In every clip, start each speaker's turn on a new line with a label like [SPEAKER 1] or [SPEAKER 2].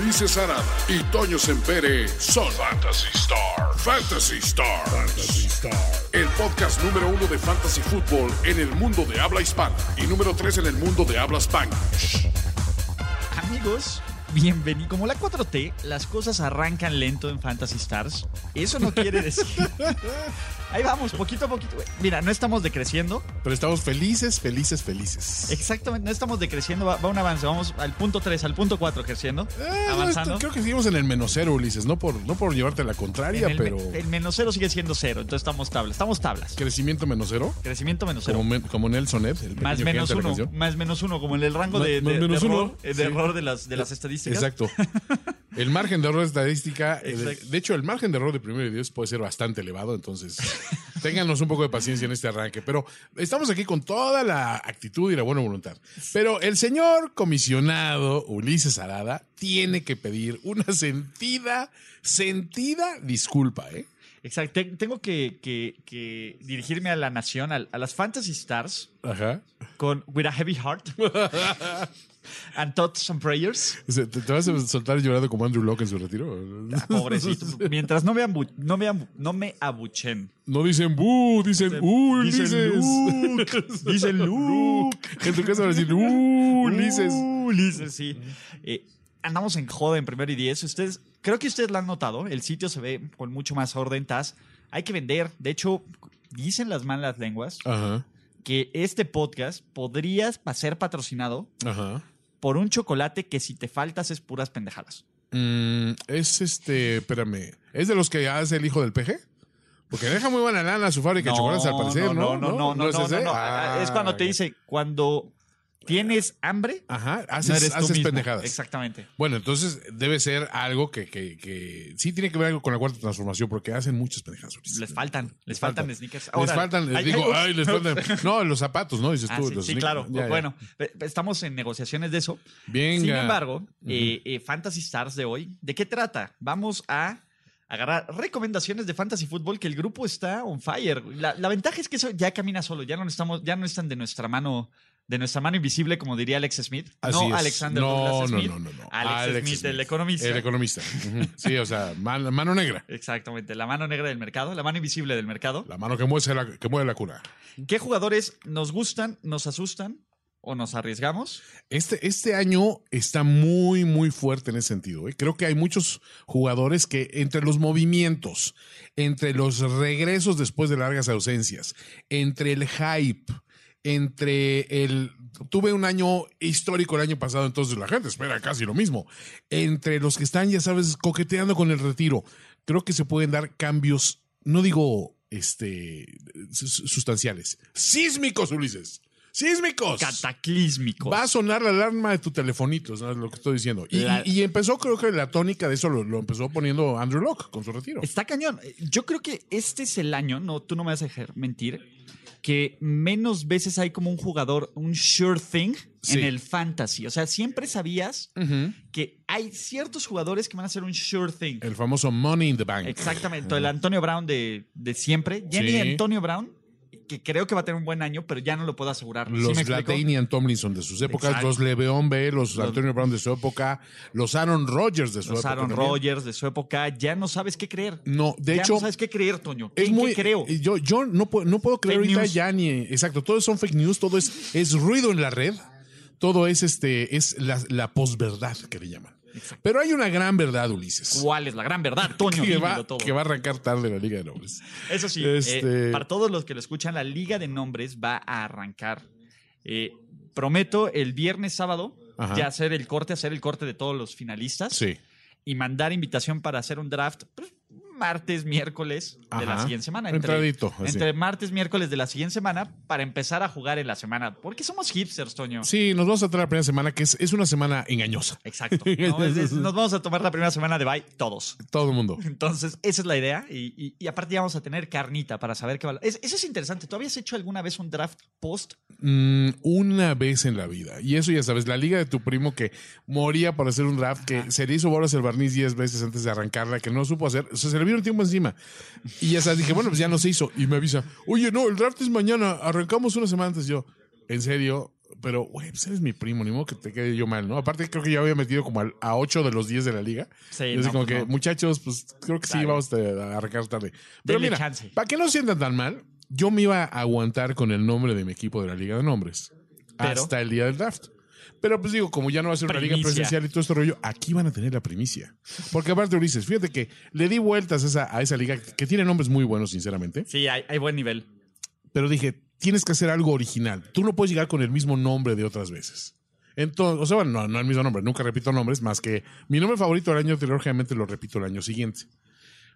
[SPEAKER 1] Ulises Arada y Toño Sempere son Fantasy Star. Fantasy Star. El podcast número uno de Fantasy Football en el mundo de habla hispana y número tres en el mundo de habla hispana.
[SPEAKER 2] Amigos, bienvenidos. Como la 4T, las cosas arrancan lento en Fantasy Stars. Eso no quiere decir. Ahí vamos, poquito a poquito. Mira, no estamos decreciendo.
[SPEAKER 3] Pero estamos felices, felices, felices.
[SPEAKER 2] Exactamente, no estamos decreciendo. Va, va un avance. Vamos al punto 3, al punto 4 creciendo.
[SPEAKER 3] Eh, no,
[SPEAKER 2] avanzando.
[SPEAKER 3] esto- creo que seguimos en el menos cero, Ulises. No por, no por llevarte la
[SPEAKER 2] En
[SPEAKER 3] contraria,
[SPEAKER 2] el,
[SPEAKER 3] pero.
[SPEAKER 2] me- el menos cero sigue siendo cero. Entonces estamos tablas. Estamos tablas.
[SPEAKER 3] Crecimiento menos cero.
[SPEAKER 2] Crecimiento menos cero.
[SPEAKER 3] Como, men- como Nelson Ed, el
[SPEAKER 2] Más
[SPEAKER 3] pequeño
[SPEAKER 2] menos
[SPEAKER 3] gigante de la
[SPEAKER 2] uno,
[SPEAKER 3] canción.
[SPEAKER 2] más menos uno, como en el rango
[SPEAKER 3] Más-
[SPEAKER 2] de, de-
[SPEAKER 3] más
[SPEAKER 2] de
[SPEAKER 3] menos
[SPEAKER 2] error,
[SPEAKER 3] uno,
[SPEAKER 2] eh, de
[SPEAKER 3] sí.
[SPEAKER 2] error de las, de las estadísticas.
[SPEAKER 3] Exacto. El margen de error estadística. eh, de-
[SPEAKER 2] Exacto.
[SPEAKER 3] De hecho, el margen de error de primero y diez puede ser bastante elevado. Entonces, ténganos un poco de paciencia en este arranque. Pero estamos aquí con toda la actitud y la buena voluntad. Pero el señor comisionado Ulises Arada tiene que pedir una sentida, sentida disculpa, ¿eh?
[SPEAKER 2] Exacto. Te- Tengo que, que- que dirigirme a la nación, al- a las Fantasy Stars.
[SPEAKER 3] Ajá.
[SPEAKER 2] con With a Heavy Heart and Thoughts and Prayers.
[SPEAKER 3] O sea, ¿Te, te vas a soltar llorando como Andrew Locke en su retiro?
[SPEAKER 2] Ah, Pobrecitos. Mientras no me, ambu- no me, ambu- no me abuchen.
[SPEAKER 3] No dicen bu, dicen uh, Ulises.
[SPEAKER 2] Luke. Dicen Luke.
[SPEAKER 3] En tu casa van a decir uh, Ulises.
[SPEAKER 2] Uh, Ulises, sí. Eh, andamos en joda en primero y diez. Ustedes, creo que ustedes lo han notado. El sitio se ve con mucho más orden. tas. Hay que vender. De hecho, dicen las malas lenguas
[SPEAKER 3] Ajá,
[SPEAKER 2] que este podcast podría ser patrocinado
[SPEAKER 3] ajá.
[SPEAKER 2] por un chocolate que si te faltas es puras pendejadas.
[SPEAKER 3] Mm, es este, espérame. ¿Es de los que hace el hijo del peje? Porque deja muy buena lana su fábrica de chocolates al parecer, ¿no?
[SPEAKER 2] No, no, no, no, no,
[SPEAKER 3] es
[SPEAKER 2] no,
[SPEAKER 3] ese?
[SPEAKER 2] no.
[SPEAKER 3] Ah,
[SPEAKER 2] es cuando te
[SPEAKER 3] ya.
[SPEAKER 2] dice, cuando tienes hambre,
[SPEAKER 3] Ajá,
[SPEAKER 2] no
[SPEAKER 3] haces,
[SPEAKER 2] eres tú
[SPEAKER 3] haces
[SPEAKER 2] mismo.
[SPEAKER 3] pendejadas.
[SPEAKER 2] Exactamente.
[SPEAKER 3] Bueno, entonces debe ser algo que, que, que sí tiene que ver algo con la cuarta transformación, porque hacen muchas pendejadas. Ulises.
[SPEAKER 2] Les faltan, les faltan, sneakers.
[SPEAKER 3] Pues, les
[SPEAKER 2] Ahora,
[SPEAKER 3] faltan, les
[SPEAKER 2] hay-
[SPEAKER 3] digo,
[SPEAKER 2] hay-
[SPEAKER 3] ay, les faltan. No, los zapatos, ¿no? Dices
[SPEAKER 2] Ah,
[SPEAKER 3] tú,
[SPEAKER 2] sí,
[SPEAKER 3] los
[SPEAKER 2] sí,
[SPEAKER 3] sneakers.
[SPEAKER 2] claro.
[SPEAKER 3] Ya, ya.
[SPEAKER 2] Bueno, pe- estamos en negociaciones de eso.
[SPEAKER 3] Venga.
[SPEAKER 2] Sin embargo, eh, eh, Fantasy Stars de hoy, ¿de qué trata? Vamos a agarrar recomendaciones de Fantasy Football que el grupo está on fire. La, la ventaja es que eso ya camina solo, ya no estamos, ya no están de nuestra mano, de nuestra mano invisible, como diría Alex Smith.
[SPEAKER 3] Así
[SPEAKER 2] no
[SPEAKER 3] es.
[SPEAKER 2] Alexander
[SPEAKER 3] no,
[SPEAKER 2] Douglas
[SPEAKER 3] no,
[SPEAKER 2] Smith.
[SPEAKER 3] No, no, no.
[SPEAKER 2] Alex, Smith, el economista.
[SPEAKER 3] El economista. Ujú. Sí, o sea, man- mano negra.
[SPEAKER 2] Exactamente, la mano negra del mercado, la mano invisible del mercado.
[SPEAKER 3] La mano que mueve la, que mueve la cuna.
[SPEAKER 2] ¿Qué jugadores nos gustan, nos asustan o nos arriesgamos?
[SPEAKER 3] Este, este año está muy, muy fuerte en ese sentido. ¿eh? Creo que hay muchos jugadores que entre los movimientos, entre los regresos después de largas ausencias, entre el hype, entre el... Tuve un año histórico el año pasado, entonces la gente espera casi lo mismo. Entre los que están, ya sabes, coqueteando con el retiro, creo que se pueden dar cambios, no digo este, su- su- sustanciales, sísmicos, Ulises. Sísmicos.
[SPEAKER 2] Cataclísmicos.
[SPEAKER 3] Va a sonar la alarma de tu telefonito, es lo que estoy diciendo. Y,
[SPEAKER 2] La-
[SPEAKER 3] y- y empezó, creo que la tónica de eso lo, lo empezó poniendo Andrew Locke con su retiro.
[SPEAKER 2] Está cañón. Yo creo que este es el año, no, tú no me vas a dejar mentir, que menos veces hay como un jugador, un sure thing
[SPEAKER 3] Sí.
[SPEAKER 2] en el fantasy. O sea, siempre sabías que hay ciertos jugadores que van a ser un sure thing.
[SPEAKER 3] El famoso Money in the Bank.
[SPEAKER 2] Exactamente, el Antonio Brown de, de siempre. Jenny
[SPEAKER 3] Sí.
[SPEAKER 2] Antonio Brown, que creo que va a tener un buen año, pero ya no lo puedo asegurar. ¿Sí
[SPEAKER 3] Los
[SPEAKER 2] me
[SPEAKER 3] Latainian
[SPEAKER 2] explico?
[SPEAKER 3] Tomlinson de sus épocas,
[SPEAKER 2] Exacto.
[SPEAKER 3] los Leveon B, los,
[SPEAKER 2] Los-
[SPEAKER 3] Antonio Brown de su época, los Aaron Rodgers de su
[SPEAKER 2] Los
[SPEAKER 3] época.
[SPEAKER 2] Aaron
[SPEAKER 3] también.
[SPEAKER 2] Rodgers de su época, ya no sabes qué creer.
[SPEAKER 3] No, de
[SPEAKER 2] ya
[SPEAKER 3] hecho,
[SPEAKER 2] no sabes qué creer, Toño.
[SPEAKER 3] es
[SPEAKER 2] ¿En qué
[SPEAKER 3] muy. eh,
[SPEAKER 2] creo?
[SPEAKER 3] Yo, yo no, puedo, no puedo creer
[SPEAKER 2] Fake
[SPEAKER 3] ahorita
[SPEAKER 2] news.
[SPEAKER 3] ya ni. Exacto, todo son fake news, todo es, es ruido en la red, todo es, este, es la, la posverdad que le llaman. Pero hay una gran verdad, Ulises.
[SPEAKER 2] ¿Cuál es la gran verdad, Toño?
[SPEAKER 3] que, va,
[SPEAKER 2] Dímelo todo.
[SPEAKER 3] que va a arrancar tarde la Liga de Nobles.
[SPEAKER 2] Eso sí,
[SPEAKER 3] Este-
[SPEAKER 2] eh, para todos los que lo escuchan, la Liga de Nombres va a arrancar. Eh, prometo el viernes, sábado,
[SPEAKER 3] Ajá.
[SPEAKER 2] ya hacer el corte, hacer el corte de todos los finalistas
[SPEAKER 3] Sí.
[SPEAKER 2] y mandar invitación para hacer un draft pues, martes, miércoles de la
[SPEAKER 3] Ajá.
[SPEAKER 2] siguiente semana. Entre,
[SPEAKER 3] Entradito, pues, así.
[SPEAKER 2] entre martes, miércoles de la siguiente semana para empezar a jugar en la semana. Porque somos hipsters, Toño.
[SPEAKER 3] Sí, nos vamos a traer la primera semana, que es, es una semana engañosa.
[SPEAKER 2] Exacto. ¿no? Es- es- nos vamos a tomar la primera semana de bye todos.
[SPEAKER 3] Todo el mundo.
[SPEAKER 2] Entonces, esa es la idea. Y, y- y aparte ya vamos a tener carnita para saber qué va. es- eso es interesante. ¿Tú habías hecho alguna vez un draft post?
[SPEAKER 3] Mm, una vez en la vida. Y eso ya sabes, la liga de tu primo que moría por hacer un draft, que se le hizo bolas el barniz 10 veces antes de arrancarla, que no supo hacer, o sea, se le vino el tiempo encima. Y ya sabes, dije, bueno, pues ya no se hizo. Y me avisa, oye, no, el draft es mañana, arrancamos una semana antes. Yo, en serio, pero, güey, pues eres mi primo, ni modo que te quede yo mal, ¿no? Aparte, creo que ya había metido como al- a 8 de los 10 de la liga.
[SPEAKER 2] Sí,
[SPEAKER 3] Y así
[SPEAKER 2] no,
[SPEAKER 3] como
[SPEAKER 2] pues
[SPEAKER 3] que,
[SPEAKER 2] no.
[SPEAKER 3] muchachos, pues creo que sí,
[SPEAKER 2] Dale.
[SPEAKER 3] vamos a a arrancar tarde. Pero
[SPEAKER 2] Denle
[SPEAKER 3] mira,
[SPEAKER 2] chance.
[SPEAKER 3] para que no se sientan tan mal, yo me iba a aguantar con el nombre de mi equipo de la Liga de Nombres
[SPEAKER 2] Pero-
[SPEAKER 3] hasta el día del draft. Pero pues digo, como ya no va a ser una liga
[SPEAKER 2] Primicia.
[SPEAKER 3] presencial y todo este rollo, aquí van a tener la primicia. Porque aparte, Ulises, fíjate que le di vueltas a esa, a esa liga que tiene nombres muy buenos, sinceramente.
[SPEAKER 2] Sí, hay, hay buen nivel.
[SPEAKER 3] Pero dije, tienes que hacer algo original. Tú no puedes llegar con el mismo nombre de otras veces. Entonces, o sea, bueno, no, no el mismo nombre, nunca repito nombres, más que mi nombre favorito del año anterior, generalmente lo repito el año siguiente.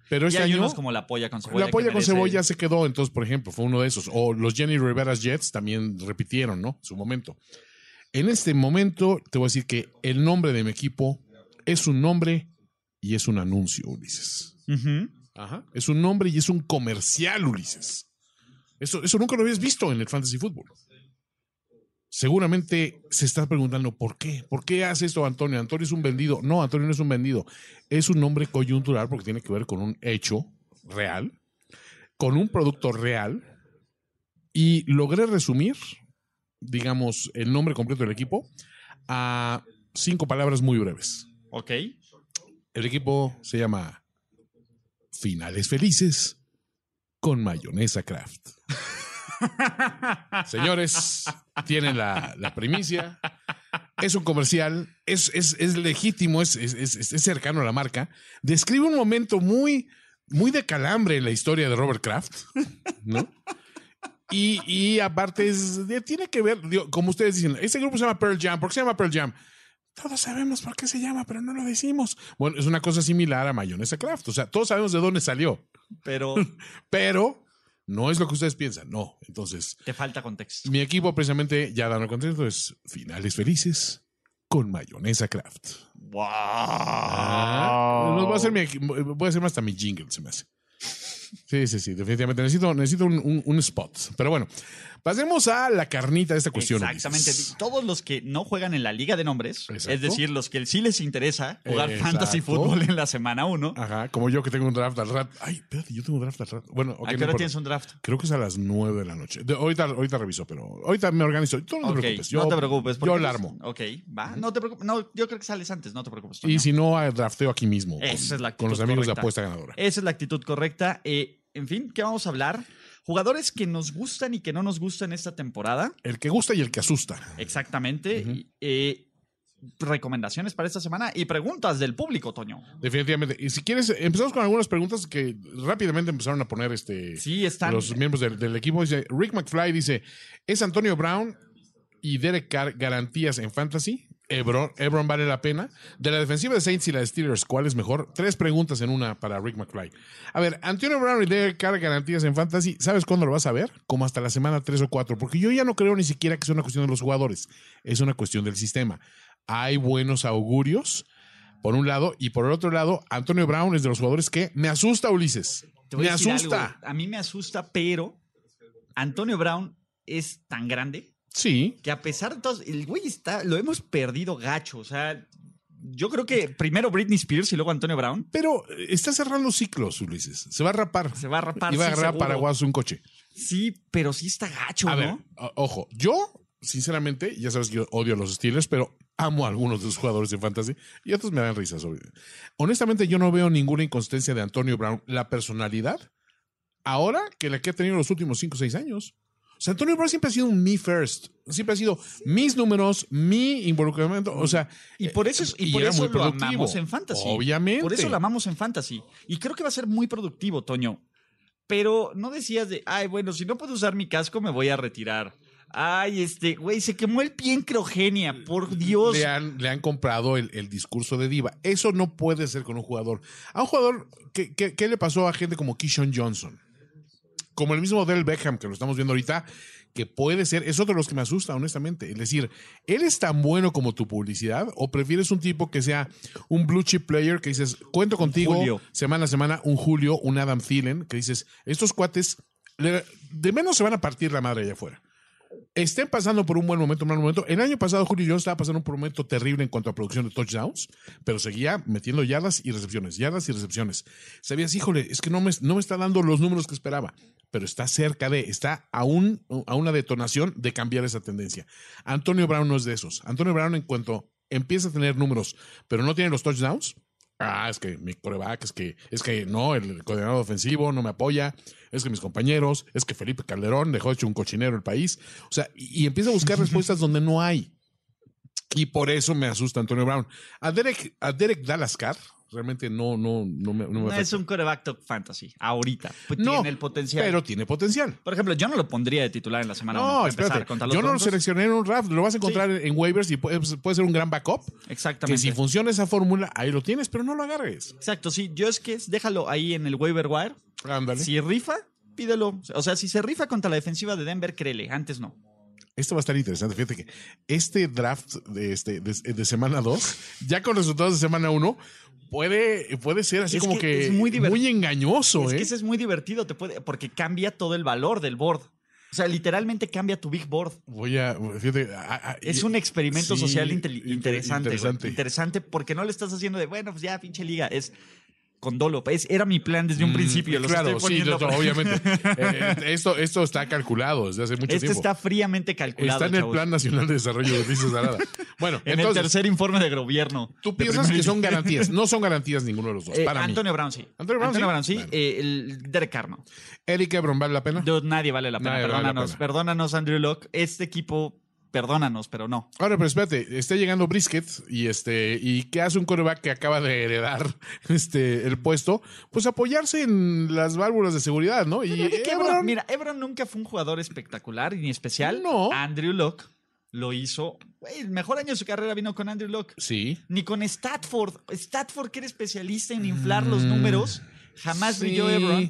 [SPEAKER 3] Pero
[SPEAKER 2] y
[SPEAKER 3] este
[SPEAKER 2] hay
[SPEAKER 3] año.
[SPEAKER 2] unos como la polla con cebolla.
[SPEAKER 3] La
[SPEAKER 2] que
[SPEAKER 3] polla con
[SPEAKER 2] merece-
[SPEAKER 3] cebolla se quedó, entonces, por ejemplo, fue uno de esos. O los Jenny Rivera's Jets también repitieron, ¿no? Su momento. En este momento, te voy a decir que el nombre de mi equipo es un nombre y es un anuncio, Ulises.
[SPEAKER 2] Ujú.
[SPEAKER 3] Es un nombre y es un comercial, Ulises. Eso, eso nunca lo habías visto en el fantasy fútbol. Seguramente se está preguntando por qué. ¿Por qué hace esto Antonio? Antonio es un vendido. No, Antonio no es un vendido. Es un nombre coyuntural porque tiene que ver con un hecho real, con un producto real. Y logré resumir, digamos, el nombre completo del equipo a cinco palabras muy breves.
[SPEAKER 2] Ok.
[SPEAKER 3] El equipo se llama Finales Felices con Mayonesa Kraft. Señores, tienen la, la primicia. Es un comercial, es, es- es legítimo, es, es- es- es cercano a la marca. Describe un momento muy, muy de calambre en la historia de Robert Kraft, ¿no? Y, y aparte, es- tiene que ver, digo, como ustedes dicen, este grupo se llama Pearl Jam. ¿Por qué se llama Pearl Jam? Todos sabemos por qué se llama, pero no lo decimos. Bueno, es una cosa similar a Mayonesa Kraft. O sea, todos sabemos de dónde salió,
[SPEAKER 2] Pero
[SPEAKER 3] pero no es lo que ustedes piensan. No. Entonces,
[SPEAKER 2] te falta contexto.
[SPEAKER 3] mi equipo precisamente ya dan contento es finales felices con Mayonesa Kraft.
[SPEAKER 2] ¡Wow! Ah.
[SPEAKER 3] Los voy a hacer mi equi- voy a hacer hasta mi jingle, se me hace. Sí, sí, sí, definitivamente. Necesito, necesito un, un- un spot. Pero bueno, pasemos a la carnita de esta
[SPEAKER 2] Pues
[SPEAKER 3] cuestión.
[SPEAKER 2] Exactamente.
[SPEAKER 3] Ulises.
[SPEAKER 2] Todos los que no juegan en la liga de nombres,
[SPEAKER 3] Exacto.
[SPEAKER 2] es decir, los que sí les interesa jugar
[SPEAKER 3] Exacto. Ah,
[SPEAKER 2] fantasy fútbol en la semana 1.
[SPEAKER 3] Ajá, como yo que tengo un draft al rato. Ay, espérate, yo tengo un draft al rato. Bueno, ok,
[SPEAKER 2] ¿A
[SPEAKER 3] no
[SPEAKER 2] qué hora
[SPEAKER 3] importa.
[SPEAKER 2] tienes un draft?
[SPEAKER 3] Creo que es a las 9 de la noche. De- ahorita, ahorita reviso, pero ahorita me organizo. Tú no
[SPEAKER 2] Ok,
[SPEAKER 3] te preocupes. Yo,
[SPEAKER 2] no te preocupes.
[SPEAKER 3] Yo
[SPEAKER 2] porque-
[SPEAKER 3] alarmo.
[SPEAKER 2] Ok, va. No te preocupes. No, yo creo que sales antes. No te preocupes. Toño.
[SPEAKER 3] Y si no, ah, drafteo aquí mismo. Con,
[SPEAKER 2] Esa es la actitud
[SPEAKER 3] con los amigos de
[SPEAKER 2] correcta.
[SPEAKER 3] apuesta ganadora.
[SPEAKER 2] Esa es la actitud correcta. Eh, en fin, ¿qué vamos a hablar? Jugadores que nos gustan y que no nos gustan esta temporada.
[SPEAKER 3] El que gusta y el que asusta.
[SPEAKER 2] Exactamente. Y, eh, recomendaciones para esta semana y preguntas del público, Toño.
[SPEAKER 3] Definitivamente. Y si quieres, empezamos con algunas preguntas que rápidamente empezaron a poner este
[SPEAKER 2] Sí, están.
[SPEAKER 3] los miembros del, del equipo. Dice, Rick McFly dice: ¿Es Antonio Brown y Derek Carr garantías en fantasy? Ebron, Ebron vale la pena. De la defensiva de Saints y la de Steelers, ¿cuál es mejor? Tres preguntas en una para Rick McFly. A ver, Antonio Brown y Derek Carr garantías en fantasy, ¿sabes cuándo lo vas a ver? Como hasta la semana 3 o 4, porque yo ya no creo ni siquiera que sea una cuestión de los jugadores, es una cuestión del sistema. Hay buenos augurios, por un lado, y por el otro lado, Antonio Brown es de los jugadores que me asusta, Ulises.
[SPEAKER 2] Te voy
[SPEAKER 3] Me
[SPEAKER 2] a decir
[SPEAKER 3] asusta.
[SPEAKER 2] algo. A mí me asusta, pero Antonio Brown es tan grande
[SPEAKER 3] Sí,
[SPEAKER 2] que a pesar de todo, el güey está, lo hemos perdido gacho. O sea, yo creo que primero Britney Spears y luego Antonio Brown
[SPEAKER 3] pero eh, está cerrando ciclos, Ulises. Se va a rapar.
[SPEAKER 2] se va a rapar.
[SPEAKER 3] Y va a
[SPEAKER 2] sí,
[SPEAKER 3] agarrar
[SPEAKER 2] seguro.
[SPEAKER 3] paraguas un coche.
[SPEAKER 2] Sí, pero sí está gacho,
[SPEAKER 3] A
[SPEAKER 2] ¿no?
[SPEAKER 3] ver, o- ojo, yo, sinceramente, ya sabes que yo odio a los Steelers, pero amo a algunos de sus jugadores de fantasy y otros me dan risas. obvio. Honestamente, yo no veo ninguna inconsistencia de Antonio Brown, la personalidad, ahora que la que ha tenido los últimos 5 o 6 años. O sea, Antonio Brown siempre ha sido un me first. Siempre ha sido mis números, mi involucramiento. O sea,
[SPEAKER 2] Y por eso, es- y
[SPEAKER 3] eh, y
[SPEAKER 2] por
[SPEAKER 3] era
[SPEAKER 2] eso
[SPEAKER 3] muy
[SPEAKER 2] lo
[SPEAKER 3] productivo,
[SPEAKER 2] amamos en Fantasy.
[SPEAKER 3] obviamente.
[SPEAKER 2] Por eso lo amamos en Fantasy. Y creo que va a ser muy productivo, Toño. Pero no decías de, ay, bueno, si no puedo usar mi casco, me voy a retirar. Ay, este, güey, se quemó el pie en Crogenia, por Dios.
[SPEAKER 3] Le han, le han comprado el, el discurso de diva. Eso no puede ser con un jugador. A un jugador, ¿qué, qué, qué le pasó a gente como Keyshawn Johnson? Como el mismo Del Beckham, que lo estamos viendo ahorita, que puede ser, es otro de los que me asusta, honestamente. Es decir, ¿eres tan bueno como tu publicidad? ¿O prefieres un tipo que sea un blue chip player que dices, cuento contigo
[SPEAKER 2] Julio.
[SPEAKER 3] semana a semana, un Julio, un Adam Thielen, que dices, estos cuates le- de menos se van a partir la madre allá afuera? Estén pasando por un buen momento, un mal momento. El año pasado Julio Jones estaba pasando por un momento terrible en cuanto a producción de touchdowns, pero seguía metiendo yardas y recepciones, yardas y recepciones. Sabías, híjole, es que no me, no me está dando los números que esperaba, pero está cerca de, está a, un, a una detonación de cambiar esa tendencia. Antonio Brown no es de esos. Antonio Brown, en cuanto empieza a tener números, pero no tiene los touchdowns, ah, es que mi coreback, es que, es que no, el coordinador ofensivo no me apoya, es que mis compañeros, es que Felipe Calderón dejó hecho un cochinero el país. O sea, y, y empieza a buscar respuestas donde no hay. Y por eso me asusta Antonio Brown. A Derek, a Derek Dalascar, realmente no, no, no me, no me
[SPEAKER 2] No
[SPEAKER 3] afecta.
[SPEAKER 2] es un coreback top fantasy, ahorita. Pues
[SPEAKER 3] No,
[SPEAKER 2] tiene el potencial.
[SPEAKER 3] Pero tiene potencial.
[SPEAKER 2] Por ejemplo, yo no lo pondría de titular en la semana. uno,
[SPEAKER 3] No,
[SPEAKER 2] para empezar,
[SPEAKER 3] espérate.
[SPEAKER 2] contra los
[SPEAKER 3] Yo no lo
[SPEAKER 2] Broncos.
[SPEAKER 3] seleccioné en un draft. Lo vas a encontrar en- en waivers y puede, puede ser un gran backup. Que
[SPEAKER 2] Exactamente.
[SPEAKER 3] si funciona esa fórmula, ahí lo tienes, pero no lo agarres.
[SPEAKER 2] Exacto, sí. Yo es que es- déjalo ahí en el waiver wire.
[SPEAKER 3] Ándale.
[SPEAKER 2] Si rifa, pídelo. O sea, si se rifa contra la defensiva de Denver, créele. Antes no.
[SPEAKER 3] Esto va a estar interesante. Fíjate que este draft de, este, de, de semana 2, ya con resultados de semana 1, puede, puede ser así
[SPEAKER 2] Es
[SPEAKER 3] como
[SPEAKER 2] que
[SPEAKER 3] que,
[SPEAKER 2] es muy
[SPEAKER 3] muy,
[SPEAKER 2] divert-
[SPEAKER 3] engañoso.
[SPEAKER 2] Es
[SPEAKER 3] ¿eh?
[SPEAKER 2] que ese es muy divertido, te puede, porque cambia todo el valor del board. O sea, literalmente cambia tu big board.
[SPEAKER 3] Voy a. Fíjate, a- a-
[SPEAKER 2] Es un experimento
[SPEAKER 3] Sí,
[SPEAKER 2] social inteli-
[SPEAKER 3] inter-
[SPEAKER 2] interesante. güey.
[SPEAKER 3] interesante.
[SPEAKER 2] Interesante. porque no le estás haciendo de, bueno, pues ya, pinche liga. Es con dolo. Es, era mi plan desde un principio. los
[SPEAKER 3] Mm, claro,
[SPEAKER 2] estoy poniendo
[SPEAKER 3] sí, no, no, obviamente. Eh, eh, esto, esto está calculado desde hace mucho
[SPEAKER 2] Este
[SPEAKER 3] tiempo.
[SPEAKER 2] está fríamente calculado.
[SPEAKER 3] Está en el
[SPEAKER 2] chavos.
[SPEAKER 3] Plan Nacional de Desarrollo de Ulises Arada. Bueno,
[SPEAKER 2] En el
[SPEAKER 3] entonces,
[SPEAKER 2] tercer informe de gobierno.
[SPEAKER 3] tú
[SPEAKER 2] De
[SPEAKER 3] piensas
[SPEAKER 2] primer-
[SPEAKER 3] que son garantías. No son garantías ninguno de los dos.
[SPEAKER 2] Eh,
[SPEAKER 3] para mí.
[SPEAKER 2] Antonio Brown sí.
[SPEAKER 3] Antonio Brown, sí. Bueno.
[SPEAKER 2] Eh, el Derek Carno.
[SPEAKER 3] Eric Ebron, ¿vale la pena?
[SPEAKER 2] nadie vale la pena.
[SPEAKER 3] Ah. Nadie vale la
[SPEAKER 2] perdónanos,
[SPEAKER 3] pena.
[SPEAKER 2] perdónanos, Andrew Locke. Este equipo, perdónanos, pero no.
[SPEAKER 3] Ahora, pero espérate, está llegando Brisket y este, ¿y qué hace un coreback que acaba de heredar este el puesto? Pues apoyarse en las válvulas de seguridad, ¿no? Y
[SPEAKER 2] Fíjate que Ebron-
[SPEAKER 3] Ebron-
[SPEAKER 2] mira, Ebron nunca fue un jugador espectacular ni especial.
[SPEAKER 3] No.
[SPEAKER 2] Andrew Locke lo hizo. Güey, el mejor año de su carrera vino con Andrew Locke.
[SPEAKER 3] sí.
[SPEAKER 2] Ni con Statford. Statford, que era especialista en inflar los números, jamás
[SPEAKER 3] Mm. Sí.
[SPEAKER 2] brilló Ebron.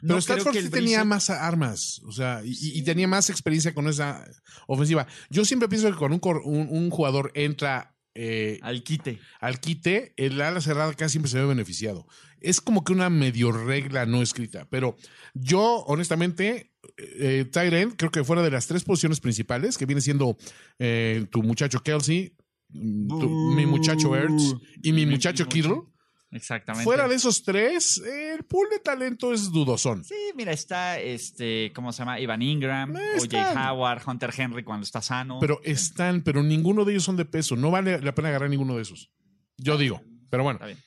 [SPEAKER 3] Pero
[SPEAKER 2] No creo
[SPEAKER 3] Stafford
[SPEAKER 2] que el
[SPEAKER 3] sí tenía
[SPEAKER 2] Brissett-
[SPEAKER 3] más armas, o sea, y- y, y tenía más experiencia con esa ofensiva. Yo siempre pienso que cuando un, cor- un- un jugador entra eh,
[SPEAKER 2] Al quite.
[SPEAKER 3] al quite, el ala cerrada casi siempre se ve beneficiado. Es como que una medio regla no escrita. Pero yo, honestamente, eh, Tyrell, creo que fuera de las tres posiciones principales, que viene siendo eh, tu muchacho Kelsey, mm, tu-
[SPEAKER 2] Buh.
[SPEAKER 3] mi muchacho Ertz y
[SPEAKER 2] Uh, Mi-
[SPEAKER 3] mi
[SPEAKER 2] mi
[SPEAKER 3] muchacho
[SPEAKER 2] muchacho.
[SPEAKER 3] Kittle,
[SPEAKER 2] Exactamente.
[SPEAKER 3] fuera de esos tres, eh, el pool de talento es dudosón.
[SPEAKER 2] Sí, mira, está este, ¿cómo se llama? Ivan Ingram,
[SPEAKER 3] No
[SPEAKER 2] OJ
[SPEAKER 3] están.
[SPEAKER 2] Howard, Hunter Henry cuando está sano.
[SPEAKER 3] Pero están, pero ninguno de ellos son de peso. No vale la pena agarrar ninguno de esos. Yo digo, pero bueno.
[SPEAKER 2] Está bien.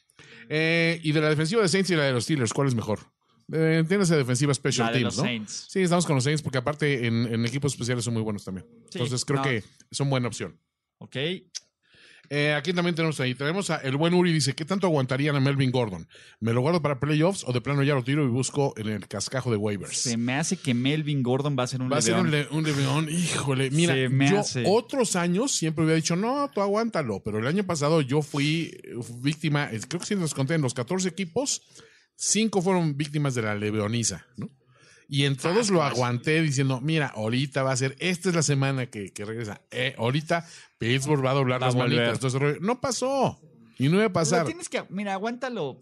[SPEAKER 3] Eh, y de la defensiva de Saints y la de los Steelers, ¿cuál es mejor? Eh, entiéndase defensiva Special
[SPEAKER 2] la de
[SPEAKER 3] Teams,
[SPEAKER 2] los
[SPEAKER 3] ¿no?
[SPEAKER 2] Saints.
[SPEAKER 3] Sí, estamos con los Saints porque aparte en, en equipos especiales son muy buenos también.
[SPEAKER 2] Sí,
[SPEAKER 3] Entonces creo
[SPEAKER 2] no.
[SPEAKER 3] que son buena opción.
[SPEAKER 2] Ok.
[SPEAKER 3] Eh, aquí también tenemos ahí, tenemos a el buen Uri, dice, ¿qué tanto aguantarían a Melvin Gordon? ¿Me lo guardo para playoffs o de plano ya lo tiro y busco en el cascajo de waivers?
[SPEAKER 2] Se me hace que Melvin Gordon va a ser un
[SPEAKER 3] Va a ser un,
[SPEAKER 2] leveón.
[SPEAKER 3] le- un leveón, híjole. Mira,
[SPEAKER 2] Se me
[SPEAKER 3] yo
[SPEAKER 2] hace.
[SPEAKER 3] otros años siempre había dicho, no, tú aguántalo. Pero el año pasado yo fui eh, víctima, eh, creo que sí los conté, en los 14 equipos, cinco fueron víctimas de la leveoniza, ¿no? Y en todos lo aguanté diciendo, mira, ahorita va a ser, esta es la semana que, que regresa. Eh, ahorita Pittsburgh va a doblar
[SPEAKER 2] Va a
[SPEAKER 3] las
[SPEAKER 2] volver.
[SPEAKER 3] manitas. todo ese rollo. No pasó. Y no iba a
[SPEAKER 2] Pero
[SPEAKER 3] pasar.
[SPEAKER 2] tienes que, mira, aguántalo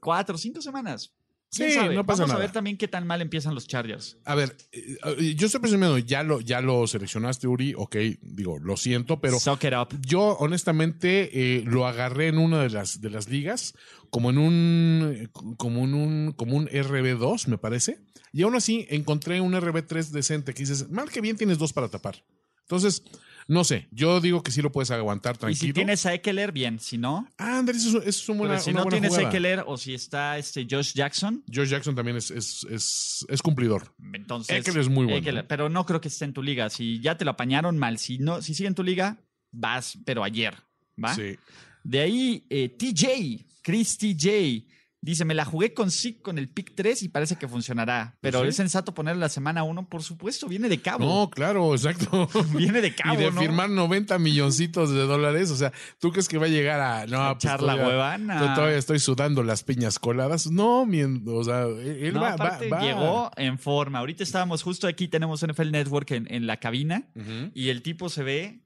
[SPEAKER 2] cuatro, cinco semanas.
[SPEAKER 3] Sí,
[SPEAKER 2] ¿Quién sabe?
[SPEAKER 3] no pasa
[SPEAKER 2] Vamos
[SPEAKER 3] nada.
[SPEAKER 2] a ver también qué tan mal empiezan los Chargers.
[SPEAKER 3] A ver, eh, eh, yo estoy presumiendo, ya lo, ya lo seleccionaste, Uri. Ok, digo, lo siento, pero
[SPEAKER 2] Suck it up.
[SPEAKER 3] Yo honestamente eh, lo agarré en una de las de las ligas, como en un como en un como un RB2, me parece. Y aún así encontré un RB3 decente que dices, mal que bien tienes dos para tapar. Entonces, no sé, yo digo que sí lo puedes aguantar
[SPEAKER 2] Y
[SPEAKER 3] tranquilo.
[SPEAKER 2] si tienes a Ekeler, bien. Si no,
[SPEAKER 3] Ah, Andrés, eso, eso es una,
[SPEAKER 2] pero si
[SPEAKER 3] una
[SPEAKER 2] no
[SPEAKER 3] buena
[SPEAKER 2] tienes a
[SPEAKER 3] jugada.
[SPEAKER 2] Ekeler o si está este Josh Jackson,
[SPEAKER 3] Josh Jackson también es, es, es, es cumplidor.
[SPEAKER 2] entonces.
[SPEAKER 3] Ekeler es muy bueno. ¿eh?
[SPEAKER 2] Ekeler, pero no creo que esté en tu liga. Si ya te lo apañaron mal, si no, si sigue en tu liga, ¿ah? vas, pero ayer. ¿Va?
[SPEAKER 3] Sí.
[SPEAKER 2] De ahí, eh, TJ, Chris TJ, Dice, me la jugué con SIC con el pick 3 y parece que funcionará. Pero
[SPEAKER 3] Sí.
[SPEAKER 2] es sensato ponerla la semana 1, por supuesto, viene de cabo.
[SPEAKER 3] No, claro, exacto.
[SPEAKER 2] Viene de cabo,
[SPEAKER 3] y de
[SPEAKER 2] Uh. ¿no?
[SPEAKER 3] firmar 90 milloncitos de dólares. O sea, ¿tú crees que va a llegar a no, pues,
[SPEAKER 2] echar la
[SPEAKER 3] todavía-
[SPEAKER 2] huevana.
[SPEAKER 3] yo todavía estoy sudando las piñas coladas. No, mien- o sea, él
[SPEAKER 2] No,
[SPEAKER 3] va, va-
[SPEAKER 2] aparte
[SPEAKER 3] va.
[SPEAKER 2] llegó en forma. Ahorita estábamos justo aquí, tenemos NFL Network en, en la cabina
[SPEAKER 3] Ujú.
[SPEAKER 2] y el tipo se ve.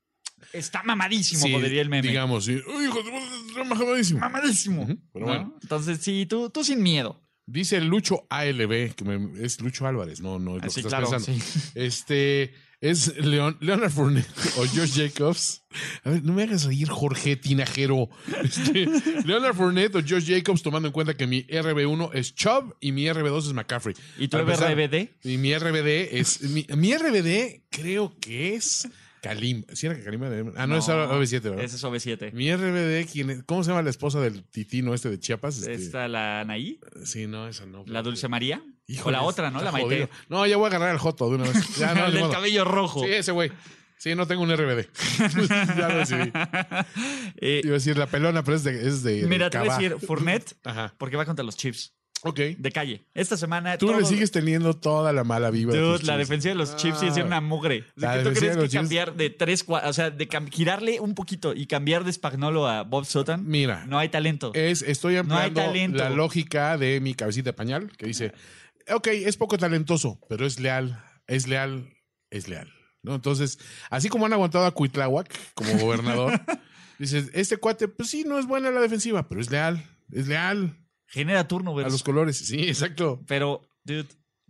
[SPEAKER 2] Está mamadísimo,
[SPEAKER 3] Sí,
[SPEAKER 2] podría el meme.
[SPEAKER 3] Digamos, sí. Uy, hijo de puta, está mamadísimo.
[SPEAKER 2] Mamadísimo.
[SPEAKER 3] Ujú, pero
[SPEAKER 2] ¿no?
[SPEAKER 3] bueno.
[SPEAKER 2] Entonces, sí, tú, tú sin miedo.
[SPEAKER 3] Dice Lucho ALB, que me- es Lucho Álvarez, no, no es lo
[SPEAKER 2] Así,
[SPEAKER 3] que estás
[SPEAKER 2] claro.
[SPEAKER 3] pensando.
[SPEAKER 2] Ah, sí.
[SPEAKER 3] Este es Leon- Leonard Fournette o Josh Jacobs. A ver, no me hagas reír, Jorge Tinajero. Este, Leonard Fournette o Josh Jacobs, tomando en cuenta que mi RB1 es Chubb y mi RB2 es McCaffrey.
[SPEAKER 2] ¿Y tu
[SPEAKER 3] Para empezar,
[SPEAKER 2] RBD?
[SPEAKER 3] Y mi RBD es. Mi, mi RBD creo que es Kalimba. ¿Sí era que Kalimba? era- Ah, no, es RB7, ¿verdad?
[SPEAKER 2] Ese es OB7.
[SPEAKER 3] Mi RBD, ¿quién es? ¿cómo se llama la esposa del titino este de Chiapas? Este,
[SPEAKER 2] Está la Anaí,
[SPEAKER 3] Sí, no, esa no.
[SPEAKER 2] la Dulce
[SPEAKER 3] María.
[SPEAKER 2] María. o la otra, ¿no? La Maite.
[SPEAKER 3] No, ya voy a agarrar al Joto de una vez. Ya, no,
[SPEAKER 2] el
[SPEAKER 3] ni
[SPEAKER 2] del
[SPEAKER 3] modo.
[SPEAKER 2] cabello rojo.
[SPEAKER 3] Sí, ese güey. Sí, no tengo un RBD. ya lo decidí.
[SPEAKER 2] Eh,
[SPEAKER 3] Iba a decir la pelona, pero es de. Es de
[SPEAKER 2] mira,
[SPEAKER 3] de
[SPEAKER 2] te voy a
[SPEAKER 3] Cabá.
[SPEAKER 2] decir Fournette,
[SPEAKER 3] Ajá.
[SPEAKER 2] porque va contra los Chips
[SPEAKER 3] Ok.
[SPEAKER 2] de calle. Esta semana.
[SPEAKER 3] Tú le
[SPEAKER 2] todos-
[SPEAKER 3] sigues teniendo toda la mala vibra. de
[SPEAKER 2] Dude,
[SPEAKER 3] tus
[SPEAKER 2] la
[SPEAKER 3] Chiefs.
[SPEAKER 2] defensiva de los Chips sí es
[SPEAKER 3] Ah.
[SPEAKER 2] una mugre. O sea,
[SPEAKER 3] La
[SPEAKER 2] que ¿Tú
[SPEAKER 3] defensiva
[SPEAKER 2] crees
[SPEAKER 3] de
[SPEAKER 2] que
[SPEAKER 3] los Chiefs-
[SPEAKER 2] cambiar de tres, cua- o sea, de cam- girarle un poquito y cambiar de Spagnolo a Bob Sutton?
[SPEAKER 3] Mira.
[SPEAKER 2] No hay talento.
[SPEAKER 3] Es, estoy ampliando
[SPEAKER 2] talento.
[SPEAKER 3] la lógica de mi cabecita de pañal que dice, ok, es poco talentoso, pero es leal, es leal, es leal. ¿No? Entonces, así como han aguantado a Cuitláhuac como gobernador, dices, este cuate, pues sí, no es buena la defensiva, pero es leal, es leal
[SPEAKER 2] Genera turno,
[SPEAKER 3] a los colores. Sí, exacto.
[SPEAKER 2] Pero, dude,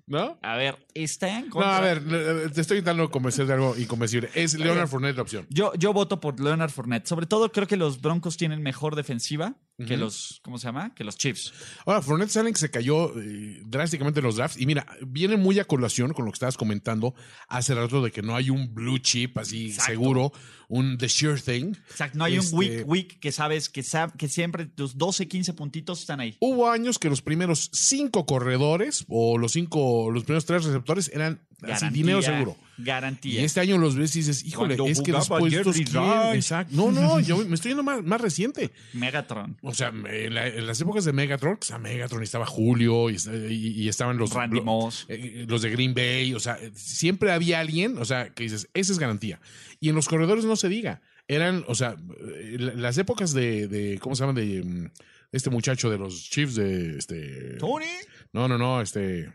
[SPEAKER 3] ¿No?
[SPEAKER 2] a ver, está en
[SPEAKER 3] No,
[SPEAKER 2] contra.
[SPEAKER 3] a ver, eh, te estoy intentando convencer de algo inconvencible. Es Leonard Fournette la opción.
[SPEAKER 2] Yo, yo voto por Leonard Fournette. Sobre todo creo que los Broncos tienen mejor defensiva que
[SPEAKER 3] Ujú.
[SPEAKER 2] los, ¿cómo se llama? Que los Chiefs.
[SPEAKER 3] Ahora, Fournette saben que se cayó eh, drásticamente en los drafts. Y mira, viene muy a colación con lo que estabas comentando hace rato de que no hay un blue chip así
[SPEAKER 2] Exacto.
[SPEAKER 3] seguro, un The Sure Thing.
[SPEAKER 2] Exacto, no hay
[SPEAKER 3] Este-
[SPEAKER 2] un week week que sabes que, sab- que siempre tus 12, 15 puntitos están ahí.
[SPEAKER 3] Hubo años que los primeros cinco corredores o los cinco, los primeros tres receptores eran así Ah, dinero seguro. Y
[SPEAKER 2] Garantía.
[SPEAKER 3] este año los ves y dices, híjole,
[SPEAKER 2] eh. Cuando
[SPEAKER 3] es que
[SPEAKER 2] jugaba
[SPEAKER 3] después estos
[SPEAKER 2] Jerry
[SPEAKER 3] quién-
[SPEAKER 2] Rice.
[SPEAKER 3] Exacto. No, no, yo me estoy yendo más, más reciente.
[SPEAKER 2] Megatron.
[SPEAKER 3] O sea, en, la- en las épocas de Megatron, que estaba Megatron y estaba Julio y, y- y estaban los
[SPEAKER 2] Randy
[SPEAKER 3] lo-
[SPEAKER 2] Moss.
[SPEAKER 3] eh, los de Green Bay, o sea, siempre había alguien, o sea, que dices, esa es garantía. Y en los corredores no se diga. Eran, o sea, eh, la- las épocas de, de- ¿cómo se llama? De mm, este muchacho de los Chiefs, de este.
[SPEAKER 2] Tony.
[SPEAKER 3] No, no, no, este.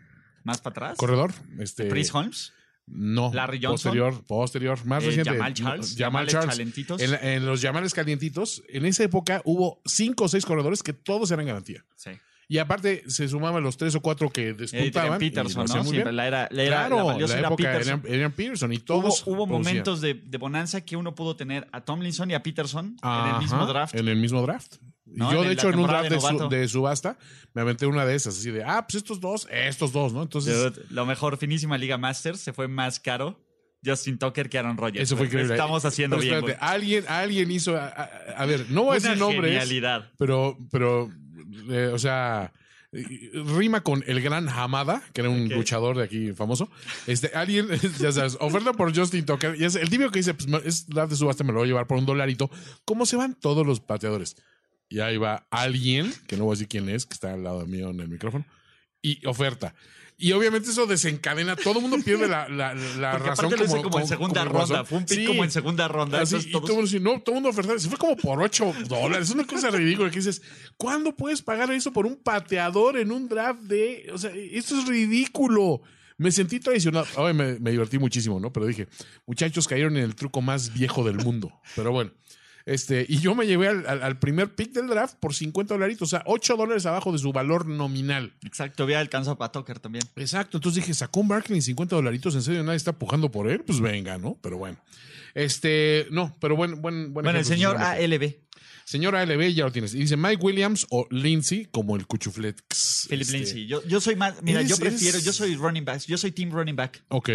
[SPEAKER 2] Más para atrás.
[SPEAKER 3] Corredor. Este.
[SPEAKER 2] Chris Holmes.
[SPEAKER 3] No.
[SPEAKER 2] Larry Johnson.
[SPEAKER 3] Posterior, posterior, más
[SPEAKER 2] Eh,
[SPEAKER 3] reciente.
[SPEAKER 2] Jamal Charles.
[SPEAKER 3] No, Jamal
[SPEAKER 2] Jamal
[SPEAKER 3] Charles.
[SPEAKER 2] Chalentitos.
[SPEAKER 3] En, la- en los llamales calientitos, en esa época hubo cinco o seis corredores que todos eran garantía.
[SPEAKER 2] Sí.
[SPEAKER 3] Y aparte se sumaban los tres o cuatro que
[SPEAKER 2] Eh, Adrian
[SPEAKER 3] despuntaban. y lo
[SPEAKER 2] Peterson,
[SPEAKER 3] hacían
[SPEAKER 2] ¿no?
[SPEAKER 3] muy
[SPEAKER 2] Siempre
[SPEAKER 3] bien.
[SPEAKER 2] la era, la era- la
[SPEAKER 3] claro, la,
[SPEAKER 2] valiosa era
[SPEAKER 3] época de
[SPEAKER 2] Peterson.
[SPEAKER 3] Adrian, Adrian Peterson y
[SPEAKER 2] Hubo-
[SPEAKER 3] todos.
[SPEAKER 2] hubo
[SPEAKER 3] producían.
[SPEAKER 2] momentos de, de bonanza que uno pudo tener a Tomlinson y a Peterson en
[SPEAKER 3] Ajá,
[SPEAKER 2] el mismo draft.
[SPEAKER 3] En el mismo draft. Y
[SPEAKER 2] No,
[SPEAKER 3] yo,
[SPEAKER 2] en
[SPEAKER 3] de
[SPEAKER 2] la
[SPEAKER 3] hecho, en un
[SPEAKER 2] temporada
[SPEAKER 3] draft
[SPEAKER 2] de
[SPEAKER 3] de, su-
[SPEAKER 2] novato.
[SPEAKER 3] de subasta me aventé una de esas, así de, ah, pues estos dos, estos dos, ¿no? Entonces,
[SPEAKER 2] Dude, lo mejor, finísima Liga Masters, se fue más caro Justin Tucker que Aaron Rodgers.
[SPEAKER 3] eso fue
[SPEAKER 2] Lo
[SPEAKER 3] increíble.
[SPEAKER 2] Estamos haciendo
[SPEAKER 3] Pero
[SPEAKER 2] bien,
[SPEAKER 3] espérate,
[SPEAKER 2] güey.
[SPEAKER 3] alguien, alguien hizo, a, a- a ver, no voy a
[SPEAKER 2] Una
[SPEAKER 3] decir nombres.
[SPEAKER 2] genialidad.
[SPEAKER 3] Pero, pero, eh, o sea, eh, rima con el gran Hamada, que era un
[SPEAKER 2] Ok.
[SPEAKER 3] luchador de aquí famoso. Este, alguien, ya sabes, oferta por Justin Tucker. Y es el típico que dice, pues, me- es draft de subasta, me lo voy a llevar por un dolarito. ¿Cómo se van todos los pateadores? Y ahí va alguien, que no voy a decir quién es, que está al lado mío en el micrófono, y oferta. Y obviamente eso desencadena, todo el mundo pierde la, la, la
[SPEAKER 2] Porque
[SPEAKER 3] razón.
[SPEAKER 2] aparte lo hizo como, en segunda
[SPEAKER 3] como
[SPEAKER 2] ronda.
[SPEAKER 3] razón.
[SPEAKER 2] Fue un pick
[SPEAKER 3] Sí.
[SPEAKER 2] como en segunda ronda.
[SPEAKER 3] Así,
[SPEAKER 2] entonces
[SPEAKER 3] y
[SPEAKER 2] todos-
[SPEAKER 3] todo el mundo dice, no, todo el mundo ofertaba. Se fue como por 8 dólares. Es una cosa ridícula que dices, ¿cuándo puedes pagar eso por un pateador en un draft de...? O sea, esto es ridículo. Me sentí traicionado. Ay, me, me divertí muchísimo, ¿no? Pero dije, muchachos cayeron en el truco más viejo del mundo. Pero bueno. Este, y yo me llevé al, al- al primer pick del draft por 50 dolaritos, o sea, 8 dólares abajo de su valor nominal.
[SPEAKER 2] Exacto, había alcanzado para Tucker también.
[SPEAKER 3] Exacto, entonces dije, sacó un Barkley en 50 dolaritos, en serio nadie está pujando por él, pues venga, ¿no? Pero bueno. Este, no, pero buen, buen, buen
[SPEAKER 2] Bueno, el
[SPEAKER 3] ejemplo,
[SPEAKER 2] señor ah.
[SPEAKER 3] sinceramente.
[SPEAKER 2] ALB.
[SPEAKER 3] Señora LB, ya lo tienes. Y dice Mike Williams o Lindsay como el Cuchuflex.
[SPEAKER 2] Philip
[SPEAKER 3] Este,
[SPEAKER 2] Lindsay. Yo, yo soy más. Mira,
[SPEAKER 3] eres-
[SPEAKER 2] yo prefiero.
[SPEAKER 3] eres-
[SPEAKER 2] Yo soy running back. Yo soy team running back.
[SPEAKER 3] Ok.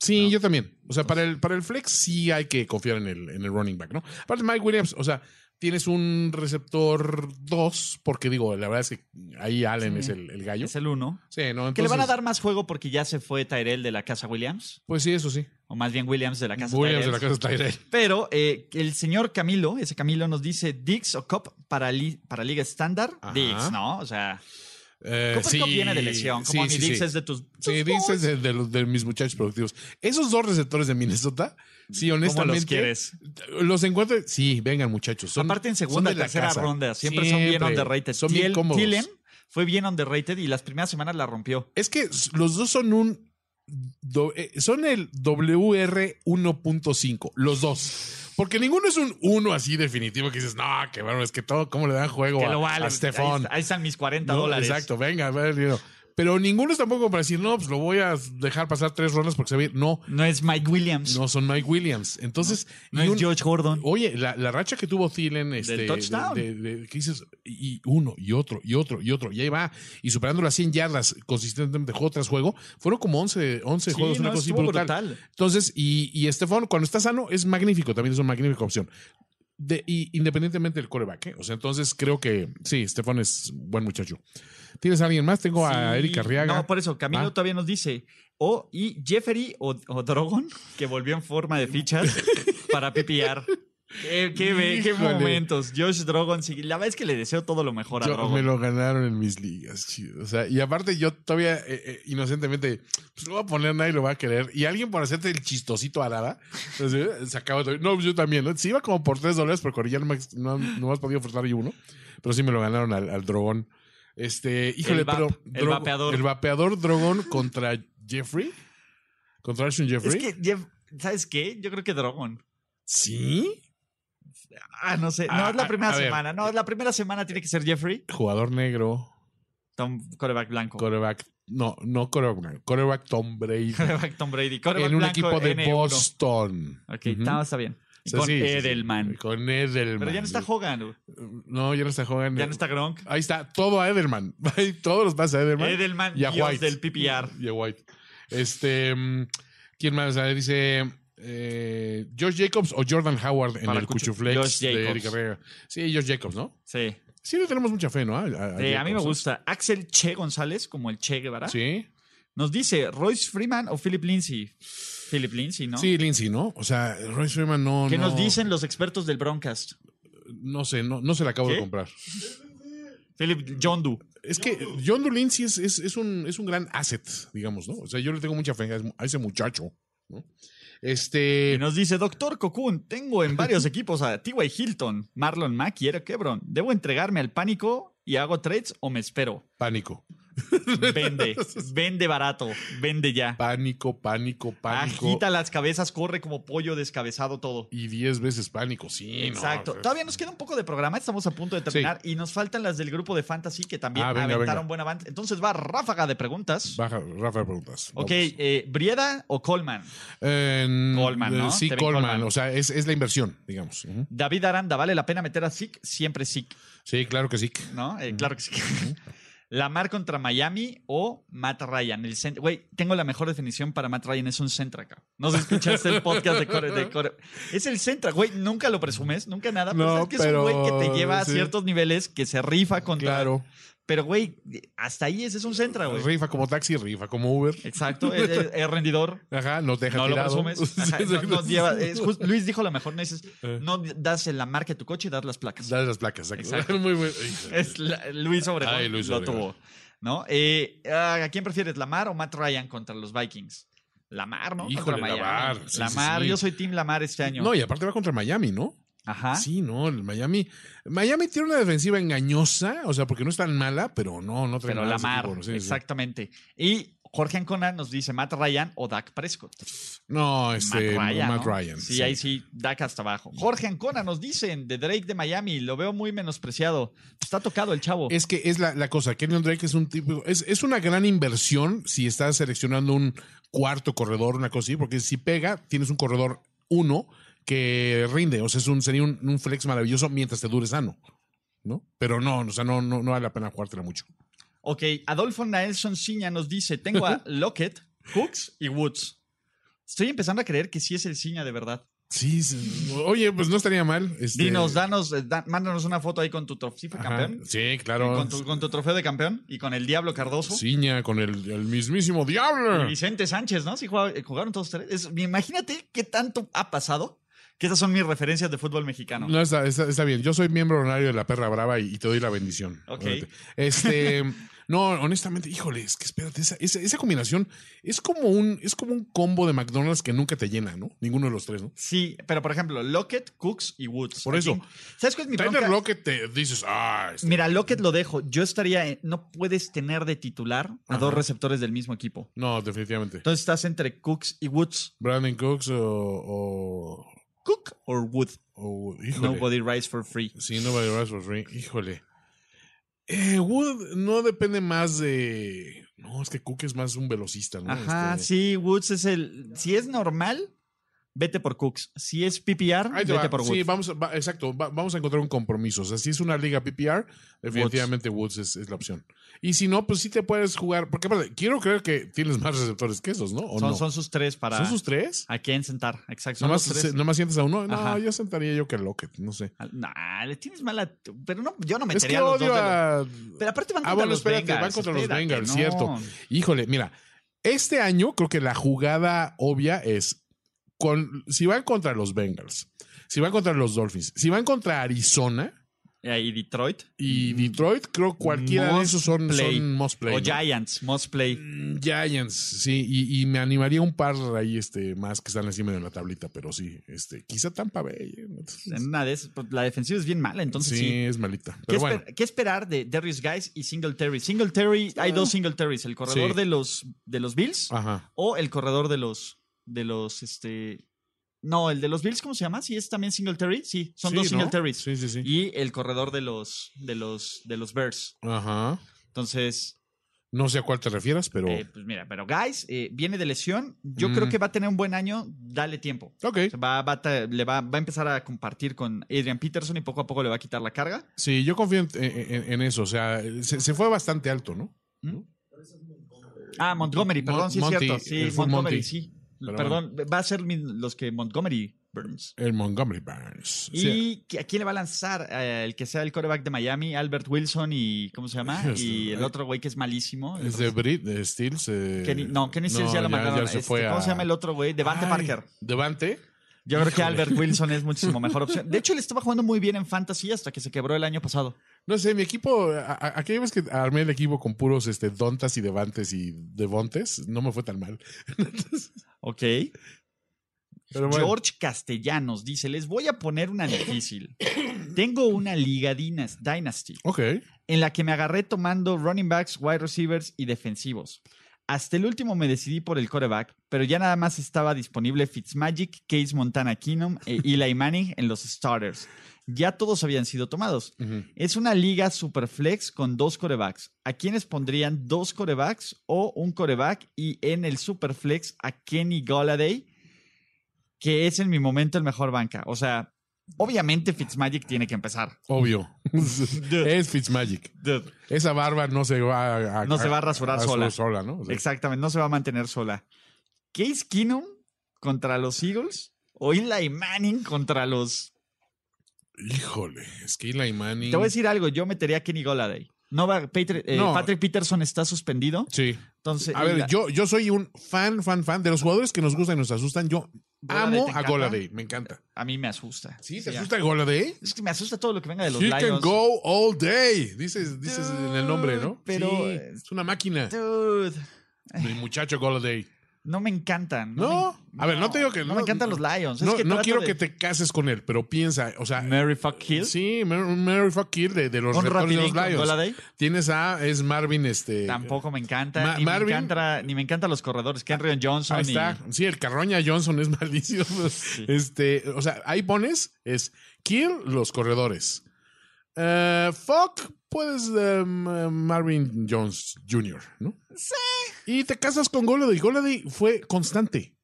[SPEAKER 3] Sí, yo también. O sea, para el, para el flex sí hay que confiar en el, en el running back, ¿no? Aparte, Mike Williams, o sea, tienes un receptor 2, porque digo, la verdad es que ahí Allen
[SPEAKER 2] Sí.
[SPEAKER 3] es el, el gallo.
[SPEAKER 2] Es el uno.
[SPEAKER 3] Sí, ¿no?
[SPEAKER 2] Que le van a
[SPEAKER 3] Entonces,
[SPEAKER 2] dar más juego porque ya se fue Tyrell de la casa Williams.
[SPEAKER 3] Pues sí, eso sí.
[SPEAKER 2] o más bien Williams de la casa
[SPEAKER 3] Williams de la
[SPEAKER 2] Tyrells.
[SPEAKER 3] casa Tyrell.
[SPEAKER 2] Pero eh, el señor Camilo, ese Camilo nos dice Dix o Cop para, li- para liga estándar.
[SPEAKER 3] Ajá.
[SPEAKER 2] Dix, ¿no? O sea,
[SPEAKER 3] Eh,
[SPEAKER 2] Cop
[SPEAKER 3] sí,
[SPEAKER 2] viene de lesión.
[SPEAKER 3] sí,
[SPEAKER 2] Como ni
[SPEAKER 3] sí,
[SPEAKER 2] Dix
[SPEAKER 3] sí.
[SPEAKER 2] es de tus. Pues,
[SPEAKER 3] Sí,
[SPEAKER 2] tus
[SPEAKER 3] Dix es
[SPEAKER 2] boys.
[SPEAKER 3] de, de los, de mis muchachos productivos. Esos dos receptores de Minnesota, sí,
[SPEAKER 2] ¿Cómo los
[SPEAKER 3] honestamente.
[SPEAKER 2] quieres?
[SPEAKER 3] Los, encuentro. Sí, vengan, muchachos. son-
[SPEAKER 2] Aparte en
[SPEAKER 3] son
[SPEAKER 2] segunda
[SPEAKER 3] de
[SPEAKER 2] y
[SPEAKER 3] la
[SPEAKER 2] tercera
[SPEAKER 3] casa.
[SPEAKER 2] ronda. Siempre, son bien
[SPEAKER 3] Siempre.
[SPEAKER 2] underrated.
[SPEAKER 3] Son bien
[SPEAKER 2] Thiel-
[SPEAKER 3] cómodos.
[SPEAKER 2] Thielen fue bien underrated y las primeras semanas la rompió.
[SPEAKER 3] Es que s- los dos son un. do- eh, son el WR 1.5, los dos. Porque ninguno es un uno así definitivo que dices, no, que bueno, es que todo, ¿cómo le dan juego
[SPEAKER 2] Que
[SPEAKER 3] a,
[SPEAKER 2] lo vale.
[SPEAKER 3] a Stefan?
[SPEAKER 2] Ahí, ahí están mis 40
[SPEAKER 3] No,
[SPEAKER 2] dólares.
[SPEAKER 3] Exacto, venga, a ver, yo. Pero ninguno es tampoco para decir, no, pues lo voy a dejar pasar tres rondas porque se ve. No,
[SPEAKER 2] No es Mike Williams. No,
[SPEAKER 3] no son Mike Williams. Entonces, y
[SPEAKER 2] es
[SPEAKER 3] un-
[SPEAKER 2] George Gordon.
[SPEAKER 3] Oye, la, la racha que tuvo Thielen, este, de-
[SPEAKER 2] touchdown.
[SPEAKER 3] de- de- que dices, y uno, y otro, y otro, y otro, y ahí va, y superando las 100 yardas consistentemente juego tras juego, fueron como 11, 11
[SPEAKER 2] Sí,
[SPEAKER 3] juegos, una
[SPEAKER 2] no,
[SPEAKER 3] cosa así
[SPEAKER 2] estuvo
[SPEAKER 3] brutal.
[SPEAKER 2] brutal.
[SPEAKER 3] Entonces, y, y Estefan, cuando está sano, es magnífico, también es una magnífica opción. De, y independientemente del coreback, ¿eh? o sea, entonces creo que sí, Estefan es buen muchacho. ¿Tienes a alguien más? Tengo a
[SPEAKER 2] Sí.
[SPEAKER 3] Eric Arriaga.
[SPEAKER 2] No, por eso, Camilo
[SPEAKER 3] Ah.
[SPEAKER 2] todavía nos dice. O y Jeffrey o, o Drogon, que volvió en forma de fichas para PPR. Qué, qué be- qué
[SPEAKER 3] Híjole.
[SPEAKER 2] momentos. Josh Drogon, sí, la verdad es que le deseo todo lo mejor a
[SPEAKER 3] Yo-
[SPEAKER 2] Drogon.
[SPEAKER 3] me lo ganaron en mis ligas, chido. O sea, y aparte yo todavía eh, eh, inocentemente, pues lo voy a poner, nadie lo va a querer. Y alguien por hacerte el chistosito arada, pues, eh, sacaba todo. No, pues yo también. ¿no? Se iba como por tres dólares, pero ya no me, no, no me has podido ofertar yo uno. Pero sí me lo ganaron al, al drogón. Este, híjole,
[SPEAKER 2] El vap-
[SPEAKER 3] pero.
[SPEAKER 2] el
[SPEAKER 3] Drogo-
[SPEAKER 2] vapeador.
[SPEAKER 3] El vapeador drogón contra Jeffrey. Contra Ashton Jeffrey.
[SPEAKER 2] es que, Jeff, ¿sabes qué? Yo creo que Drogon.
[SPEAKER 3] Sí.
[SPEAKER 2] Ah, no sé. No,
[SPEAKER 3] Ah,
[SPEAKER 2] es la
[SPEAKER 3] a-
[SPEAKER 2] primera
[SPEAKER 3] a ver.
[SPEAKER 2] semana. No, es la primera semana tiene que ser Jeffrey.
[SPEAKER 3] Jugador negro,
[SPEAKER 2] Tom, coreback blanco.
[SPEAKER 3] coreback. No, no coreback, negro, coreback Tom Brady.
[SPEAKER 2] Coreback Tom Brady. Coreback
[SPEAKER 3] en un
[SPEAKER 2] blanco,
[SPEAKER 3] equipo de
[SPEAKER 2] N1.
[SPEAKER 3] Boston.
[SPEAKER 2] Ok,
[SPEAKER 3] Ujú.
[SPEAKER 2] está, está bien.
[SPEAKER 3] O
[SPEAKER 2] Y
[SPEAKER 3] sea,
[SPEAKER 2] con
[SPEAKER 3] sí, sí, sí.
[SPEAKER 2] Edelman.
[SPEAKER 3] Con Edelman.
[SPEAKER 2] Pero ya no está Hogan. güey.
[SPEAKER 3] No, ya no está Hogan.
[SPEAKER 2] Ya no está Gronk.
[SPEAKER 3] Ahí está, todo a Edelman. Ahí Todos los pases a Edelman.
[SPEAKER 2] Edelman,
[SPEAKER 3] y a
[SPEAKER 2] dios
[SPEAKER 3] White.
[SPEAKER 2] del PPR.
[SPEAKER 3] Y a White. Este, mm, ¿quién más? A ver, dice... eh, Josh Jacobs o Jordan Howard en
[SPEAKER 2] Para
[SPEAKER 3] el
[SPEAKER 2] Cuchu-
[SPEAKER 3] Cuchuflex
[SPEAKER 2] Josh
[SPEAKER 3] de
[SPEAKER 2] Jacobs.
[SPEAKER 3] Eric Herrera. Sí, Josh Jacobs, ¿no?
[SPEAKER 2] Sí.
[SPEAKER 3] Sí, le tenemos mucha fe, ¿no? A, a- a
[SPEAKER 2] Eh, a mí me
[SPEAKER 3] Jacobs, ¿no?
[SPEAKER 2] gusta. Axel Che González, como el Che Guevara,
[SPEAKER 3] Sí.
[SPEAKER 2] nos dice Royce Freeman o Philip Lindsay. Philip Lindsay, ¿no?
[SPEAKER 3] Sí, Lindsay, ¿no? O sea, Royce Freeman no...
[SPEAKER 2] ¿Qué
[SPEAKER 3] no-
[SPEAKER 2] nos dicen los expertos del Broncast?
[SPEAKER 3] No sé, no, no se la acabo de
[SPEAKER 2] ¿Qué?
[SPEAKER 3] comprar.
[SPEAKER 2] Philip John Doe.
[SPEAKER 3] Es que John Dulin sí es, es, es un, es un gran asset, digamos, ¿no? O sea, yo le tengo mucha fe a ese muchacho, ¿no? Este.
[SPEAKER 2] Y nos dice, doctor Cocoon, tengo en varios equipos a T.Y. Hilton, Marlon Mack y Eric Hebron. ¿Debo entregarme al pánico y hago trades o me espero?
[SPEAKER 3] Pánico.
[SPEAKER 2] Vende, vende barato, vende ya.
[SPEAKER 3] Pánico, pánico, pánico.
[SPEAKER 2] Agita las cabezas, corre como pollo descabezado todo.
[SPEAKER 3] Y diez veces pánico, sí, ¿no? pues
[SPEAKER 2] Exacto.
[SPEAKER 3] O sea,
[SPEAKER 2] Todavía nos queda un poco de programa, estamos a punto de terminar y nos faltan las del grupo de fantasy que también
[SPEAKER 3] Ah, venga,
[SPEAKER 2] aventaron
[SPEAKER 3] venga.
[SPEAKER 2] buen avance. Entonces va ráfaga de preguntas.
[SPEAKER 3] Baja, Rafa, preguntas.
[SPEAKER 2] Ok,
[SPEAKER 3] Vamos.
[SPEAKER 2] eh, ¿Brieda o Coleman?
[SPEAKER 3] En- eh,
[SPEAKER 2] Coleman, ¿no?
[SPEAKER 3] Sí,
[SPEAKER 2] Tevin
[SPEAKER 3] Coleman.
[SPEAKER 2] Coleman.
[SPEAKER 3] O sea, es, es la inversión, digamos. Ujú.
[SPEAKER 2] David Aranda, ¿vale la pena meter a Zeke? Siempre Zeke.
[SPEAKER 3] Sí, claro que sí.
[SPEAKER 2] ¿no? Eh, claro que sí. Lamar contra Miami o Matt Ryan. El cent- Güey, tengo la mejor definición para Matt Ryan. Es un centra, cabrón. No sé si escuchaste el podcast de Core. de Core- Es el centra, güey. Nunca lo presumes, nunca nada. Pero
[SPEAKER 3] No,
[SPEAKER 2] sabes que
[SPEAKER 3] pero
[SPEAKER 2] es un güey que te lleva a
[SPEAKER 3] sí.
[SPEAKER 2] ciertos niveles, que se rifa contra.
[SPEAKER 3] Claro.
[SPEAKER 2] Pero, güey, hasta ahí ese es un centra, güey.
[SPEAKER 3] Rifa como taxi, rifa como Uber.
[SPEAKER 2] Exacto, es, es- es rendidor.
[SPEAKER 3] Ajá, nos deja
[SPEAKER 2] No lo
[SPEAKER 3] tirado.
[SPEAKER 2] presumes. Ajá, no- nos lleva- es just- Luis dijo lo mejor, no dices,
[SPEAKER 3] Eh.
[SPEAKER 2] no das la marca de tu coche y das las placas.
[SPEAKER 3] Dale las placas.
[SPEAKER 2] Exacto.
[SPEAKER 3] Exacto.
[SPEAKER 2] Este
[SPEAKER 3] Muy bueno.
[SPEAKER 2] Es la- Luis Obregón
[SPEAKER 3] Ay, Luis
[SPEAKER 2] lo
[SPEAKER 3] Obregón.
[SPEAKER 2] tuvo. ¿no? Eh, ah, ¿A quién prefieres, Lamar o Matt Ryan contra los Vikings? Lamar, ¿no? Contra
[SPEAKER 3] Híjole,
[SPEAKER 2] Miami.
[SPEAKER 3] Lamar. Sí,
[SPEAKER 2] Lamar,
[SPEAKER 3] sí, sí.
[SPEAKER 2] yo soy Team Lamar este año.
[SPEAKER 3] No, y aparte va contra Miami, ¿no?
[SPEAKER 2] Ajá.
[SPEAKER 3] Sí, no, el Miami. Miami tiene una defensiva engañosa, o sea, porque no es tan mala, pero no, no trae
[SPEAKER 2] pero
[SPEAKER 3] nada ese
[SPEAKER 2] Lamar,
[SPEAKER 3] equipo, sí, sí.
[SPEAKER 2] exactamente. Y Jorge Ancona nos dice Matt Ryan o Dak Prescott.
[SPEAKER 3] No, este, Matt Ryan.
[SPEAKER 2] ¿no?
[SPEAKER 3] sí,
[SPEAKER 2] Sí, ahí sí, Dak hasta abajo. Jorge Ancona nos dicen de Drake de Miami, lo veo muy menospreciado. Está tocado el chavo.
[SPEAKER 3] Es que es la, la cosa, Kenyon Drake es un tipo, es, es una gran inversión si estás seleccionando un cuarto corredor, una cosa así, porque si pega, tienes un corredor uno que rinde, o sea, es un, sería un, un flex maravilloso mientras te dure sano, ¿no? Pero no, o sea, no, no, no vale la pena jugártela mucho.
[SPEAKER 2] Ok, Adolfo Nelson Ciña nos dice: Tengo a Lockett, Hooks y Woods. Estoy empezando a creer que sí es el Ciña de verdad.
[SPEAKER 3] Sí, sí. oye, pues no estaría mal. este-
[SPEAKER 2] Dinos, danos, eh, da- mándanos una foto ahí con tu trofeo. ¿Sí fue
[SPEAKER 3] Ajá.
[SPEAKER 2] campeón?
[SPEAKER 3] Sí, claro.
[SPEAKER 2] Con tu, con tu trofeo de campeón y con el Diablo Cardoso.
[SPEAKER 3] Ciña con el, el mismísimo
[SPEAKER 2] Y
[SPEAKER 3] diablo.
[SPEAKER 2] Vicente Sánchez, ¿no? Sí, jugaba- eh, jugaron todos tres. Es- imagínate qué tanto ha pasado que estas son mis referencias de fútbol mexicano.
[SPEAKER 3] No, está, está- está bien. Yo soy miembro honorario de la perra brava y, y te doy la bendición.
[SPEAKER 2] Ok.
[SPEAKER 3] Órale. Este, no, honestamente, híjole, es que espérate, esa, esa, esa combinación es como un, es como un combo de McDonald's que nunca te llena, ¿no? Ninguno de los tres, ¿no?
[SPEAKER 2] Sí, pero por ejemplo, Lockett, Cooks y Woods.
[SPEAKER 3] Por
[SPEAKER 2] Aquí-
[SPEAKER 3] eso.
[SPEAKER 2] ¿Sabes cuál es mi
[SPEAKER 3] Tyler
[SPEAKER 2] bronca?
[SPEAKER 3] Lockett te dices, ah, este-
[SPEAKER 2] Mira, Lockett lo dejo. Yo estaría. en- no puedes tener de titular a dos
[SPEAKER 3] Ajá.
[SPEAKER 2] receptores del mismo equipo.
[SPEAKER 3] no, definitivamente.
[SPEAKER 2] Entonces estás entre Cooks y Woods.
[SPEAKER 3] Brandon Cooks o, o,
[SPEAKER 2] Cook or Wood.
[SPEAKER 3] o- híjole.
[SPEAKER 2] Nobody rides for free.
[SPEAKER 3] Sí, Nobody Runs for Free. Híjole. Eh, Wood no depende más de. No, es que Cook es más un velocista, ¿no?
[SPEAKER 2] Ajá,
[SPEAKER 3] Este-
[SPEAKER 2] sí, Woods es el. Si es normal, vete por Cooks. Si es PPR,
[SPEAKER 3] Ahí te
[SPEAKER 2] vete
[SPEAKER 3] va.
[SPEAKER 2] por Woods.
[SPEAKER 3] Sí, vamos, a- va- exacto. va- vamos a encontrar un compromiso. O sea, si es una liga PPR, definitivamente Woods, es, es la opción. Y si no, pues sí te puedes jugar. Porque aparte, quiero creer que tienes más receptores que esos, ¿no? ¿O
[SPEAKER 2] son,
[SPEAKER 3] no?
[SPEAKER 2] son sus tres para.
[SPEAKER 3] ¿Son sus tres?
[SPEAKER 2] ¿A quién sentar? Exacto. Son
[SPEAKER 3] Nomás,
[SPEAKER 2] los tres.
[SPEAKER 3] se- nomás sientes a uno. No,
[SPEAKER 2] Ajá.
[SPEAKER 3] yo sentaría yo que a Lockett, no sé.
[SPEAKER 2] Ah, nah, le tienes mala. Pero no, yo no
[SPEAKER 3] Es
[SPEAKER 2] metería
[SPEAKER 3] que
[SPEAKER 2] a los dos.
[SPEAKER 3] odio
[SPEAKER 2] de los-
[SPEAKER 3] a.
[SPEAKER 2] Pero aparte van
[SPEAKER 3] Ah,
[SPEAKER 2] contra
[SPEAKER 3] bueno,
[SPEAKER 2] los
[SPEAKER 3] espérate,
[SPEAKER 2] Bengals.
[SPEAKER 3] van contra los
[SPEAKER 2] espérate,
[SPEAKER 3] Bengals,
[SPEAKER 2] no.
[SPEAKER 3] cierto. Híjole, mira, este año creo que la jugada obvia es con si van contra los Bengals, si van contra los Dolphins, si van contra Arizona
[SPEAKER 2] Eh, Y Detroit.
[SPEAKER 3] y Detroit, creo cualquiera de
[SPEAKER 2] Mm. Must
[SPEAKER 3] esos son,
[SPEAKER 2] play.
[SPEAKER 3] son must play.
[SPEAKER 2] o
[SPEAKER 3] ¿no?
[SPEAKER 2] Giants, Must Play.
[SPEAKER 3] Mm, Giants, sí, y, y me animaría un par ahí este más que están encima de la tablita, pero sí, este, quizá Tampa Bay. ¿eh?
[SPEAKER 2] En una de esas, pues, la defensiva es bien mala, entonces
[SPEAKER 3] sí,
[SPEAKER 2] sí.
[SPEAKER 3] es malita.
[SPEAKER 2] ¿Qué,
[SPEAKER 3] Pero bueno,
[SPEAKER 2] esper- qué esperar de Darius Guys y Singletary? Singletary, hay dos Singletaries, el corredor
[SPEAKER 3] Sí. Ah.
[SPEAKER 2] de los de los Bills
[SPEAKER 3] ajá.
[SPEAKER 2] o el corredor de los de los este no, el de los Bills ¿cómo se llama? Sí es también Singletary, sí, son
[SPEAKER 3] Sí,
[SPEAKER 2] dos
[SPEAKER 3] ¿no?
[SPEAKER 2] Singletaries.
[SPEAKER 3] Sí, sí, sí.
[SPEAKER 2] Y el corredor de los de los de los Bears.
[SPEAKER 3] Ajá.
[SPEAKER 2] Entonces,
[SPEAKER 3] No sé a cuál te refieras, pero
[SPEAKER 2] eh, pues mira, pero Guys eh, viene de lesión, yo creo
[SPEAKER 3] Mm.
[SPEAKER 2] que va a tener un buen año, dale tiempo.
[SPEAKER 3] Ok.
[SPEAKER 2] O sea, Va, va a ta- le va, va a empezar a compartir con Adrian Peterson y poco a poco le va a quitar la carga.
[SPEAKER 3] Sí, yo confío en, en- en eso. O sea, se, se fue bastante alto, ¿no?
[SPEAKER 2] ¿Mm? Ah, Montgomery,
[SPEAKER 3] Mon-
[SPEAKER 2] perdón, sí
[SPEAKER 3] Monty,
[SPEAKER 2] es cierto. Sí,
[SPEAKER 3] el full
[SPEAKER 2] Montgomery,
[SPEAKER 3] Monty.
[SPEAKER 2] sí.
[SPEAKER 3] Pero
[SPEAKER 2] perdón, va a ser mi- los que Montgomery Burns.
[SPEAKER 3] El Montgomery Burns. Sí.
[SPEAKER 2] ¿Y que- a quién le va a lanzar? Eh, el que sea el coreback de Miami, Albert Wilson y. ¿Cómo se llama?
[SPEAKER 3] Este,
[SPEAKER 2] Y el
[SPEAKER 3] ay.
[SPEAKER 2] otro güey que es malísimo. el
[SPEAKER 3] es de Brit, de Steels. eh,
[SPEAKER 2] Kenny- no, Kenny Stills ya lo mandaron.
[SPEAKER 3] se
[SPEAKER 2] Este,
[SPEAKER 3] fue
[SPEAKER 2] ¿Cómo
[SPEAKER 3] a-
[SPEAKER 2] se llama el otro güey? Devante
[SPEAKER 3] Ay,
[SPEAKER 2] Parker.
[SPEAKER 3] Devante.
[SPEAKER 2] Yo creo que Albert Wilson es muchísimo mejor opción. De hecho, él estaba jugando muy bien en Fantasy hasta que se quebró el año pasado.
[SPEAKER 3] No sé, mi equipo. a- a- Aquella vez que armé el equipo con puros este, Dontas y Devantes y Devontes, no me fue tan mal.
[SPEAKER 2] Ok.
[SPEAKER 3] Pero bueno,
[SPEAKER 2] George Castellanos dice: Les voy a poner una difícil. Tengo una liga dinas- Dynasty.
[SPEAKER 3] ok.
[SPEAKER 2] en la que me agarré tomando running backs, wide receivers y defensivos. Hasta el último me decidí por el coreback, pero ya nada más estaba disponible Fitzmagic, Case Montana Keenum e Eli Manning en los starters. Ya todos habían sido tomados.
[SPEAKER 3] Ujú.
[SPEAKER 2] Es una liga superflex con dos corebacks. ¿A quiénes pondrían dos corebacks o un coreback? Y en el superflex a Kenny Golladay, que es en mi momento el mejor banca. O sea, obviamente Fitzmagic tiene que empezar.
[SPEAKER 3] Obvio. es Fitzmagic. Esa barba no se va a.
[SPEAKER 2] No se va a rasurar sola.
[SPEAKER 3] ¿no? O sea,
[SPEAKER 2] Exactamente, no se va a mantener sola. Case Keenum contra los Eagles o Eli Manning contra los.
[SPEAKER 3] híjole. Es que Eli Manning.
[SPEAKER 2] Te voy a decir algo, yo metería a Kenny Golladay. No va, Patri- eh,
[SPEAKER 3] No.
[SPEAKER 2] Patrick Peterson está suspendido.
[SPEAKER 3] Sí.
[SPEAKER 2] Entonces,
[SPEAKER 3] A ver,
[SPEAKER 2] la-
[SPEAKER 3] yo, yo soy un fan, fan, fan de los jugadores que nos gustan y nos asustan. Yo
[SPEAKER 2] ¿Golladay
[SPEAKER 3] amo
[SPEAKER 2] te
[SPEAKER 3] a
[SPEAKER 2] encanta?
[SPEAKER 3] Goladay, me encanta.
[SPEAKER 2] a mí me asusta.
[SPEAKER 3] ¿Sí? ¿Te
[SPEAKER 2] Sí,
[SPEAKER 3] asusta Goladay?
[SPEAKER 2] Es que me asusta todo lo que venga de los
[SPEAKER 3] He can
[SPEAKER 2] Lions.
[SPEAKER 3] go all day, dices, dices en el nombre, ¿no?
[SPEAKER 2] Dude, pero-
[SPEAKER 3] Sí, es una máquina.
[SPEAKER 2] Dude,
[SPEAKER 3] El muchacho Goladay.
[SPEAKER 2] no me encantan.
[SPEAKER 3] No,
[SPEAKER 2] me-
[SPEAKER 3] a ver, no te digo que
[SPEAKER 2] no.
[SPEAKER 3] no-
[SPEAKER 2] me encantan los Lions. Pues Es
[SPEAKER 3] No,
[SPEAKER 2] que
[SPEAKER 3] no
[SPEAKER 2] trato
[SPEAKER 3] quiero
[SPEAKER 2] de-
[SPEAKER 3] que te cases con él, pero piensa, o sea,
[SPEAKER 2] Mary fuck kill.
[SPEAKER 3] sí, Mer- un Mary fuck kill de, de los
[SPEAKER 2] un
[SPEAKER 3] receptores de
[SPEAKER 2] rapidín
[SPEAKER 3] los
[SPEAKER 2] con
[SPEAKER 3] Lions.
[SPEAKER 2] Golladay.
[SPEAKER 3] Tienes a es Marvin, este,
[SPEAKER 2] Tampoco me encanta.
[SPEAKER 3] Ma-
[SPEAKER 2] ni,
[SPEAKER 3] Marvin- Ah,
[SPEAKER 2] me encanta ni me encantan los corredores. Kenryon Johnson.
[SPEAKER 3] Ahí
[SPEAKER 2] y-
[SPEAKER 3] está. Sí, el Carroña Johnson es malísimo. Este, o sea, ahí pones, es kill los corredores. Eh, fuck, puedes eh, M- Marvin Jones Jr., ¿no? Sí. Y te casas con Golladay. Golladay fue constante.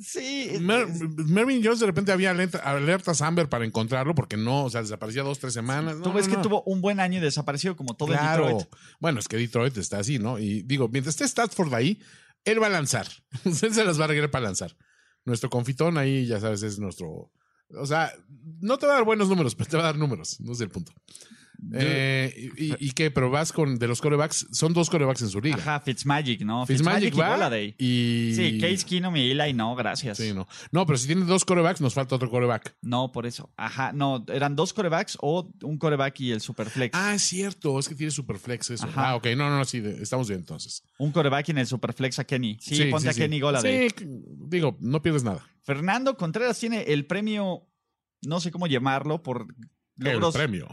[SPEAKER 2] Sí. es-
[SPEAKER 3] Mer-
[SPEAKER 2] es-
[SPEAKER 3] Marvin Jones de repente había alerta- alertas Amber para encontrarlo porque no, o sea, desaparecía dos, tres semanas. No,
[SPEAKER 2] Tú ves
[SPEAKER 3] no,
[SPEAKER 2] que
[SPEAKER 3] no.
[SPEAKER 2] tuvo un buen año y desapareció como todo
[SPEAKER 3] Claro.
[SPEAKER 2] en Detroit.
[SPEAKER 3] Bueno, es que Detroit está así, ¿no? Y digo, mientras esté Stafford ahí, él va a lanzar. él se las va a arreglar para lanzar. nuestro confitón ahí, ya sabes, es nuestro. O sea, no te va a dar buenos números, pero te va a dar números, no es el punto. Eh, y, y- y qué? Pero vas con de los corebacks, son dos corebacks en su liga.
[SPEAKER 2] Ajá, Fitzmagic, ¿no?
[SPEAKER 3] Fitzmagic
[SPEAKER 2] y
[SPEAKER 3] va
[SPEAKER 2] Golladay.
[SPEAKER 3] y.
[SPEAKER 2] Sí, Case Keenum y Eli, no, gracias.
[SPEAKER 3] Sí, no. No, pero si tienes dos corebacks, nos falta otro coreback.
[SPEAKER 2] No, por eso. Ajá, no, eran dos corebacks o un coreback y el superflex.
[SPEAKER 3] Ah, es cierto, es que tiene superflex eso.
[SPEAKER 2] Ajá.
[SPEAKER 3] Ah, ok, no, no, no, sí, de- estamos bien entonces.
[SPEAKER 2] Un coreback y en el superflex a Kenny. Sí, ponte a Kenny Golladay.
[SPEAKER 3] Sí, digo, no pierdes nada.
[SPEAKER 2] Fernando Contreras tiene el premio, no sé cómo llamarlo, por logros.
[SPEAKER 3] El premio.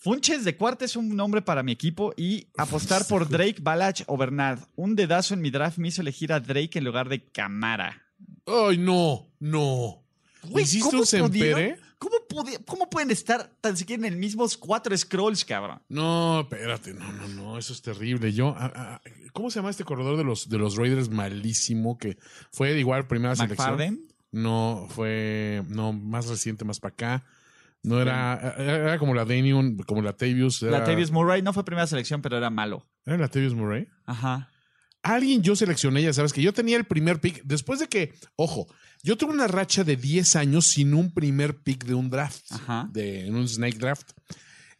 [SPEAKER 2] Funches de cuarta es un nombre para mi equipo y apostar por Drake, Balach o Bernard. Un dedazo en mi draft me hizo elegir a Drake en lugar de Camara.
[SPEAKER 3] Ay, no, no.
[SPEAKER 2] Güey,
[SPEAKER 3] ¿Hiciste
[SPEAKER 2] ¿cómo
[SPEAKER 3] un sempere?
[SPEAKER 2] pudieron? ¿Cómo, pudi- cómo pueden estar tan siquiera en el mismos cuatro scrolls, cabrón?
[SPEAKER 3] No, espérate, no, no, no, eso es terrible. Yo, ah, ah, ¿cómo se llama este corredor de los, de los Raiders malísimo que fue igual primera selección?
[SPEAKER 2] McFarden.
[SPEAKER 3] No, fue, no, más reciente, más para acá. No era, era como la Daniel, como la Tavius. Era,
[SPEAKER 2] Latavius Murray no fue primera selección, pero era malo.
[SPEAKER 3] ¿Era la Tavius Murray?
[SPEAKER 2] Ajá.
[SPEAKER 3] Alguien yo seleccioné, ya sabes que yo tenía el primer pick. Después de que, ojo, yo tuve una racha de 10 años sin un primer pick de un draft,
[SPEAKER 2] Ajá.
[SPEAKER 3] de, en un snake draft.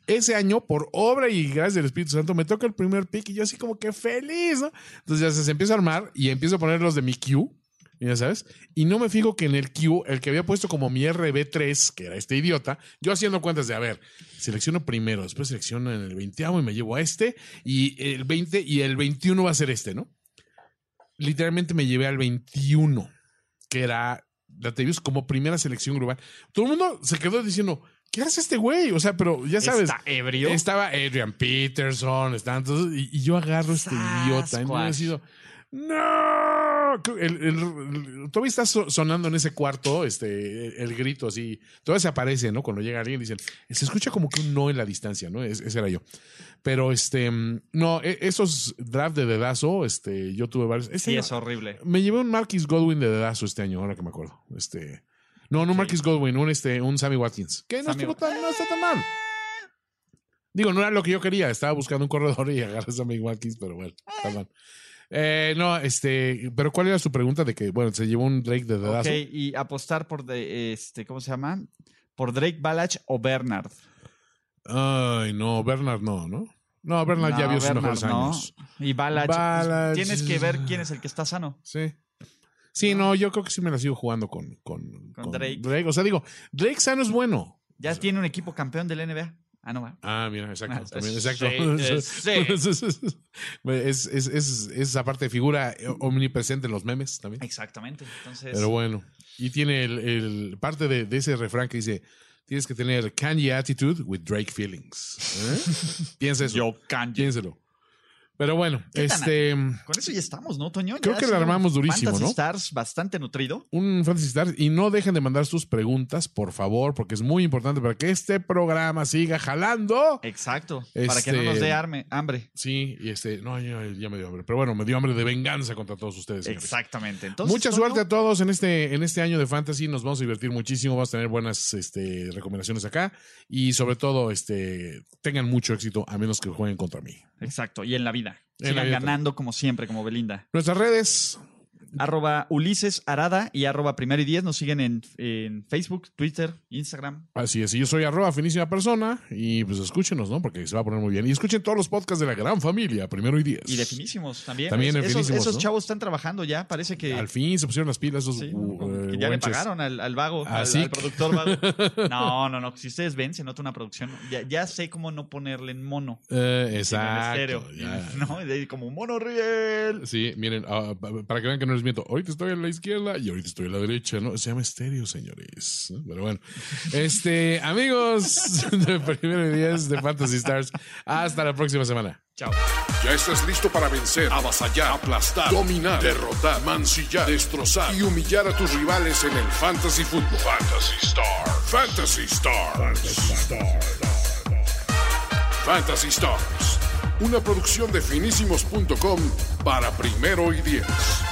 [SPEAKER 3] Ese año, por obra y gracias del Espíritu Santo, me toca el primer pick y yo así como que feliz, ¿no? Entonces ya se, se empieza a armar y empiezo a poner los de mi Q, ya sabes. Y no me fijo que en el Q, el que había puesto como mi RB3, que era este idiota, yo haciendo cuentas de, a ver, selecciono primero, después selecciono en el 20 y me llevo a este, y el 20 y el 21 va a ser este, ¿no? Literalmente me llevé al 21, que era Latavius como primera selección global. Todo el mundo se quedó diciendo, ¿qué hace este güey? O sea, pero ya sabes.
[SPEAKER 2] Está ebrio.
[SPEAKER 3] Estaba Adrian Peterson, estaban todos, y, y yo agarro a este
[SPEAKER 2] Sasquatch.
[SPEAKER 3] idiota. Y me hubiera sido, ¡No! El- el- el- todavía está so- sonando en ese cuarto este, el grito así. Todavía se aparece, ¿no? Cuando llega alguien, dicen, se escucha como que un no en la distancia, ¿no? Es- ese era yo. Pero este, mm, no, e- esos draft de dedazo, este, yo tuve varios. Este
[SPEAKER 2] Sí,
[SPEAKER 3] año-
[SPEAKER 2] es horrible.
[SPEAKER 3] me llevé un Marquis Godwin de dedazo este año, ahora que me acuerdo. Este. No, no un Marquis Godwin, un, este, un Sammy Watkins. Que no
[SPEAKER 2] Sammy
[SPEAKER 3] estuvo tan, no está tan mal. Digo, no era lo que yo quería. Estaba buscando un corredor y agarré a Sammy Watkins, pero bueno, perdón. Eh, no, este, pero ¿cuál era su pregunta de que, bueno, se llevó un Drake de
[SPEAKER 2] Ok,
[SPEAKER 3] dedazo?
[SPEAKER 2] y apostar por, de, este, ¿cómo se llama? Por Drake Balach o Bernard.
[SPEAKER 3] Ay, no, Bernard no, ¿no? No, Bernard ya
[SPEAKER 2] No,
[SPEAKER 3] vio sus
[SPEAKER 2] Bernard
[SPEAKER 3] mejores
[SPEAKER 2] no.
[SPEAKER 3] años.
[SPEAKER 2] Y Balach, pues,
[SPEAKER 3] Balach.
[SPEAKER 2] Tienes que ver quién es el que está sano.
[SPEAKER 3] Sí. Sí, no, yo creo que sí me la sigo jugando con, con,
[SPEAKER 2] Drake.
[SPEAKER 3] O sea, digo, Drake sano es bueno.
[SPEAKER 2] Ya tiene un equipo campeón del NBA. Ah, no va.
[SPEAKER 3] Ah, mira, exacto.
[SPEAKER 2] Ah,
[SPEAKER 3] también,
[SPEAKER 2] sí,
[SPEAKER 3] exacto.
[SPEAKER 2] eh,
[SPEAKER 3] es, es, es- es esa parte de figura eh, omnipresente en los memes también.
[SPEAKER 2] Exactamente. Entonces,
[SPEAKER 3] Pero bueno. Y tiene el, el- parte de, de ese refrán que dice: Tienes que tener Kanye attitude with Drake feelings. ¿Eh? Piensa eso.
[SPEAKER 2] yo can't.
[SPEAKER 3] Piénselo. Pero bueno,
[SPEAKER 2] ¿Qué tan
[SPEAKER 3] este.
[SPEAKER 2] Con eso ya estamos, ¿no, Toño?
[SPEAKER 3] Creo
[SPEAKER 2] Ya
[SPEAKER 3] que
[SPEAKER 2] ha
[SPEAKER 3] la
[SPEAKER 2] sido
[SPEAKER 3] armamos durísimo,
[SPEAKER 2] Fantasy
[SPEAKER 3] ¿no?
[SPEAKER 2] Stars bastante nutrido.
[SPEAKER 3] un Fantasy Star y no dejen de mandar sus preguntas, por favor, porque es muy importante para que este programa siga jalando.
[SPEAKER 2] Exacto. Para que no
[SPEAKER 3] Este-
[SPEAKER 2] nos dé arme- hambre.
[SPEAKER 3] Sí, y este, no, ya, ya me dio hambre, pero bueno, me dio hambre de venganza contra todos ustedes. pues, señores.
[SPEAKER 2] Exactamente. Entonces,
[SPEAKER 3] Mucha
[SPEAKER 2] Toño,
[SPEAKER 3] suerte a todos en este, en este año de fantasy, nos vamos a divertir muchísimo, vamos a tener buenas este, recomendaciones acá y sobre todo, este, tengan mucho éxito a menos que jueguen contra mí.
[SPEAKER 2] Exacto. Y en la vida.
[SPEAKER 3] En
[SPEAKER 2] Sigan
[SPEAKER 3] la vida
[SPEAKER 2] ganando como siempre, como Belinda.
[SPEAKER 3] Nuestras redes,
[SPEAKER 2] Arroba Ulises Arada y arroba Primero y Diez. Nos siguen en, en Facebook, Twitter, Instagram.
[SPEAKER 3] así es, y yo soy arroba finísima persona y pues escúchenos, ¿no? Porque se va a poner muy bien. Y escuchen todos los podcasts de la gran familia, primero y diez.
[SPEAKER 2] Y de Finísimos también.
[SPEAKER 3] También en
[SPEAKER 2] esos,
[SPEAKER 3] Finísimos,
[SPEAKER 2] esos
[SPEAKER 3] ¿no?
[SPEAKER 2] chavos están trabajando ya. Parece que...
[SPEAKER 3] Al fin se pusieron las pilas esos
[SPEAKER 2] Sí,
[SPEAKER 3] uh,
[SPEAKER 2] como que
[SPEAKER 3] eh,
[SPEAKER 2] ya le
[SPEAKER 3] guanches. Ah,
[SPEAKER 2] pagaron al, al vago, al-
[SPEAKER 3] Así
[SPEAKER 2] al,
[SPEAKER 3] que-
[SPEAKER 2] productor vago. No, no, no. Si ustedes ven, se nota una producción. Ya, ya sé cómo no ponerle en mono.
[SPEAKER 3] Eh,
[SPEAKER 2] sino en
[SPEAKER 3] exacto.
[SPEAKER 2] estéreo.
[SPEAKER 3] ya.
[SPEAKER 2] No, de- como mono riel.
[SPEAKER 3] Sí, miren, ah, pa- para que vean que no les miento, ahorita estoy a la izquierda y ahorita estoy a la derecha, ¿no? Se llama estéreo, señores. ¿eh? Pero bueno, este, amigos de Primero y Diez de Fantasy Stars, hasta la próxima semana.
[SPEAKER 2] Chao.
[SPEAKER 1] Ya estás listo para vencer, avasallar, aplastar, dominar, derrotar, mancillar, destrozar y humillar a tus rivales en el Fantasy Football. Fantasy Star. Fantasy Stars. Fantasy Stars. Una producción de finísimos.com para primero y diez.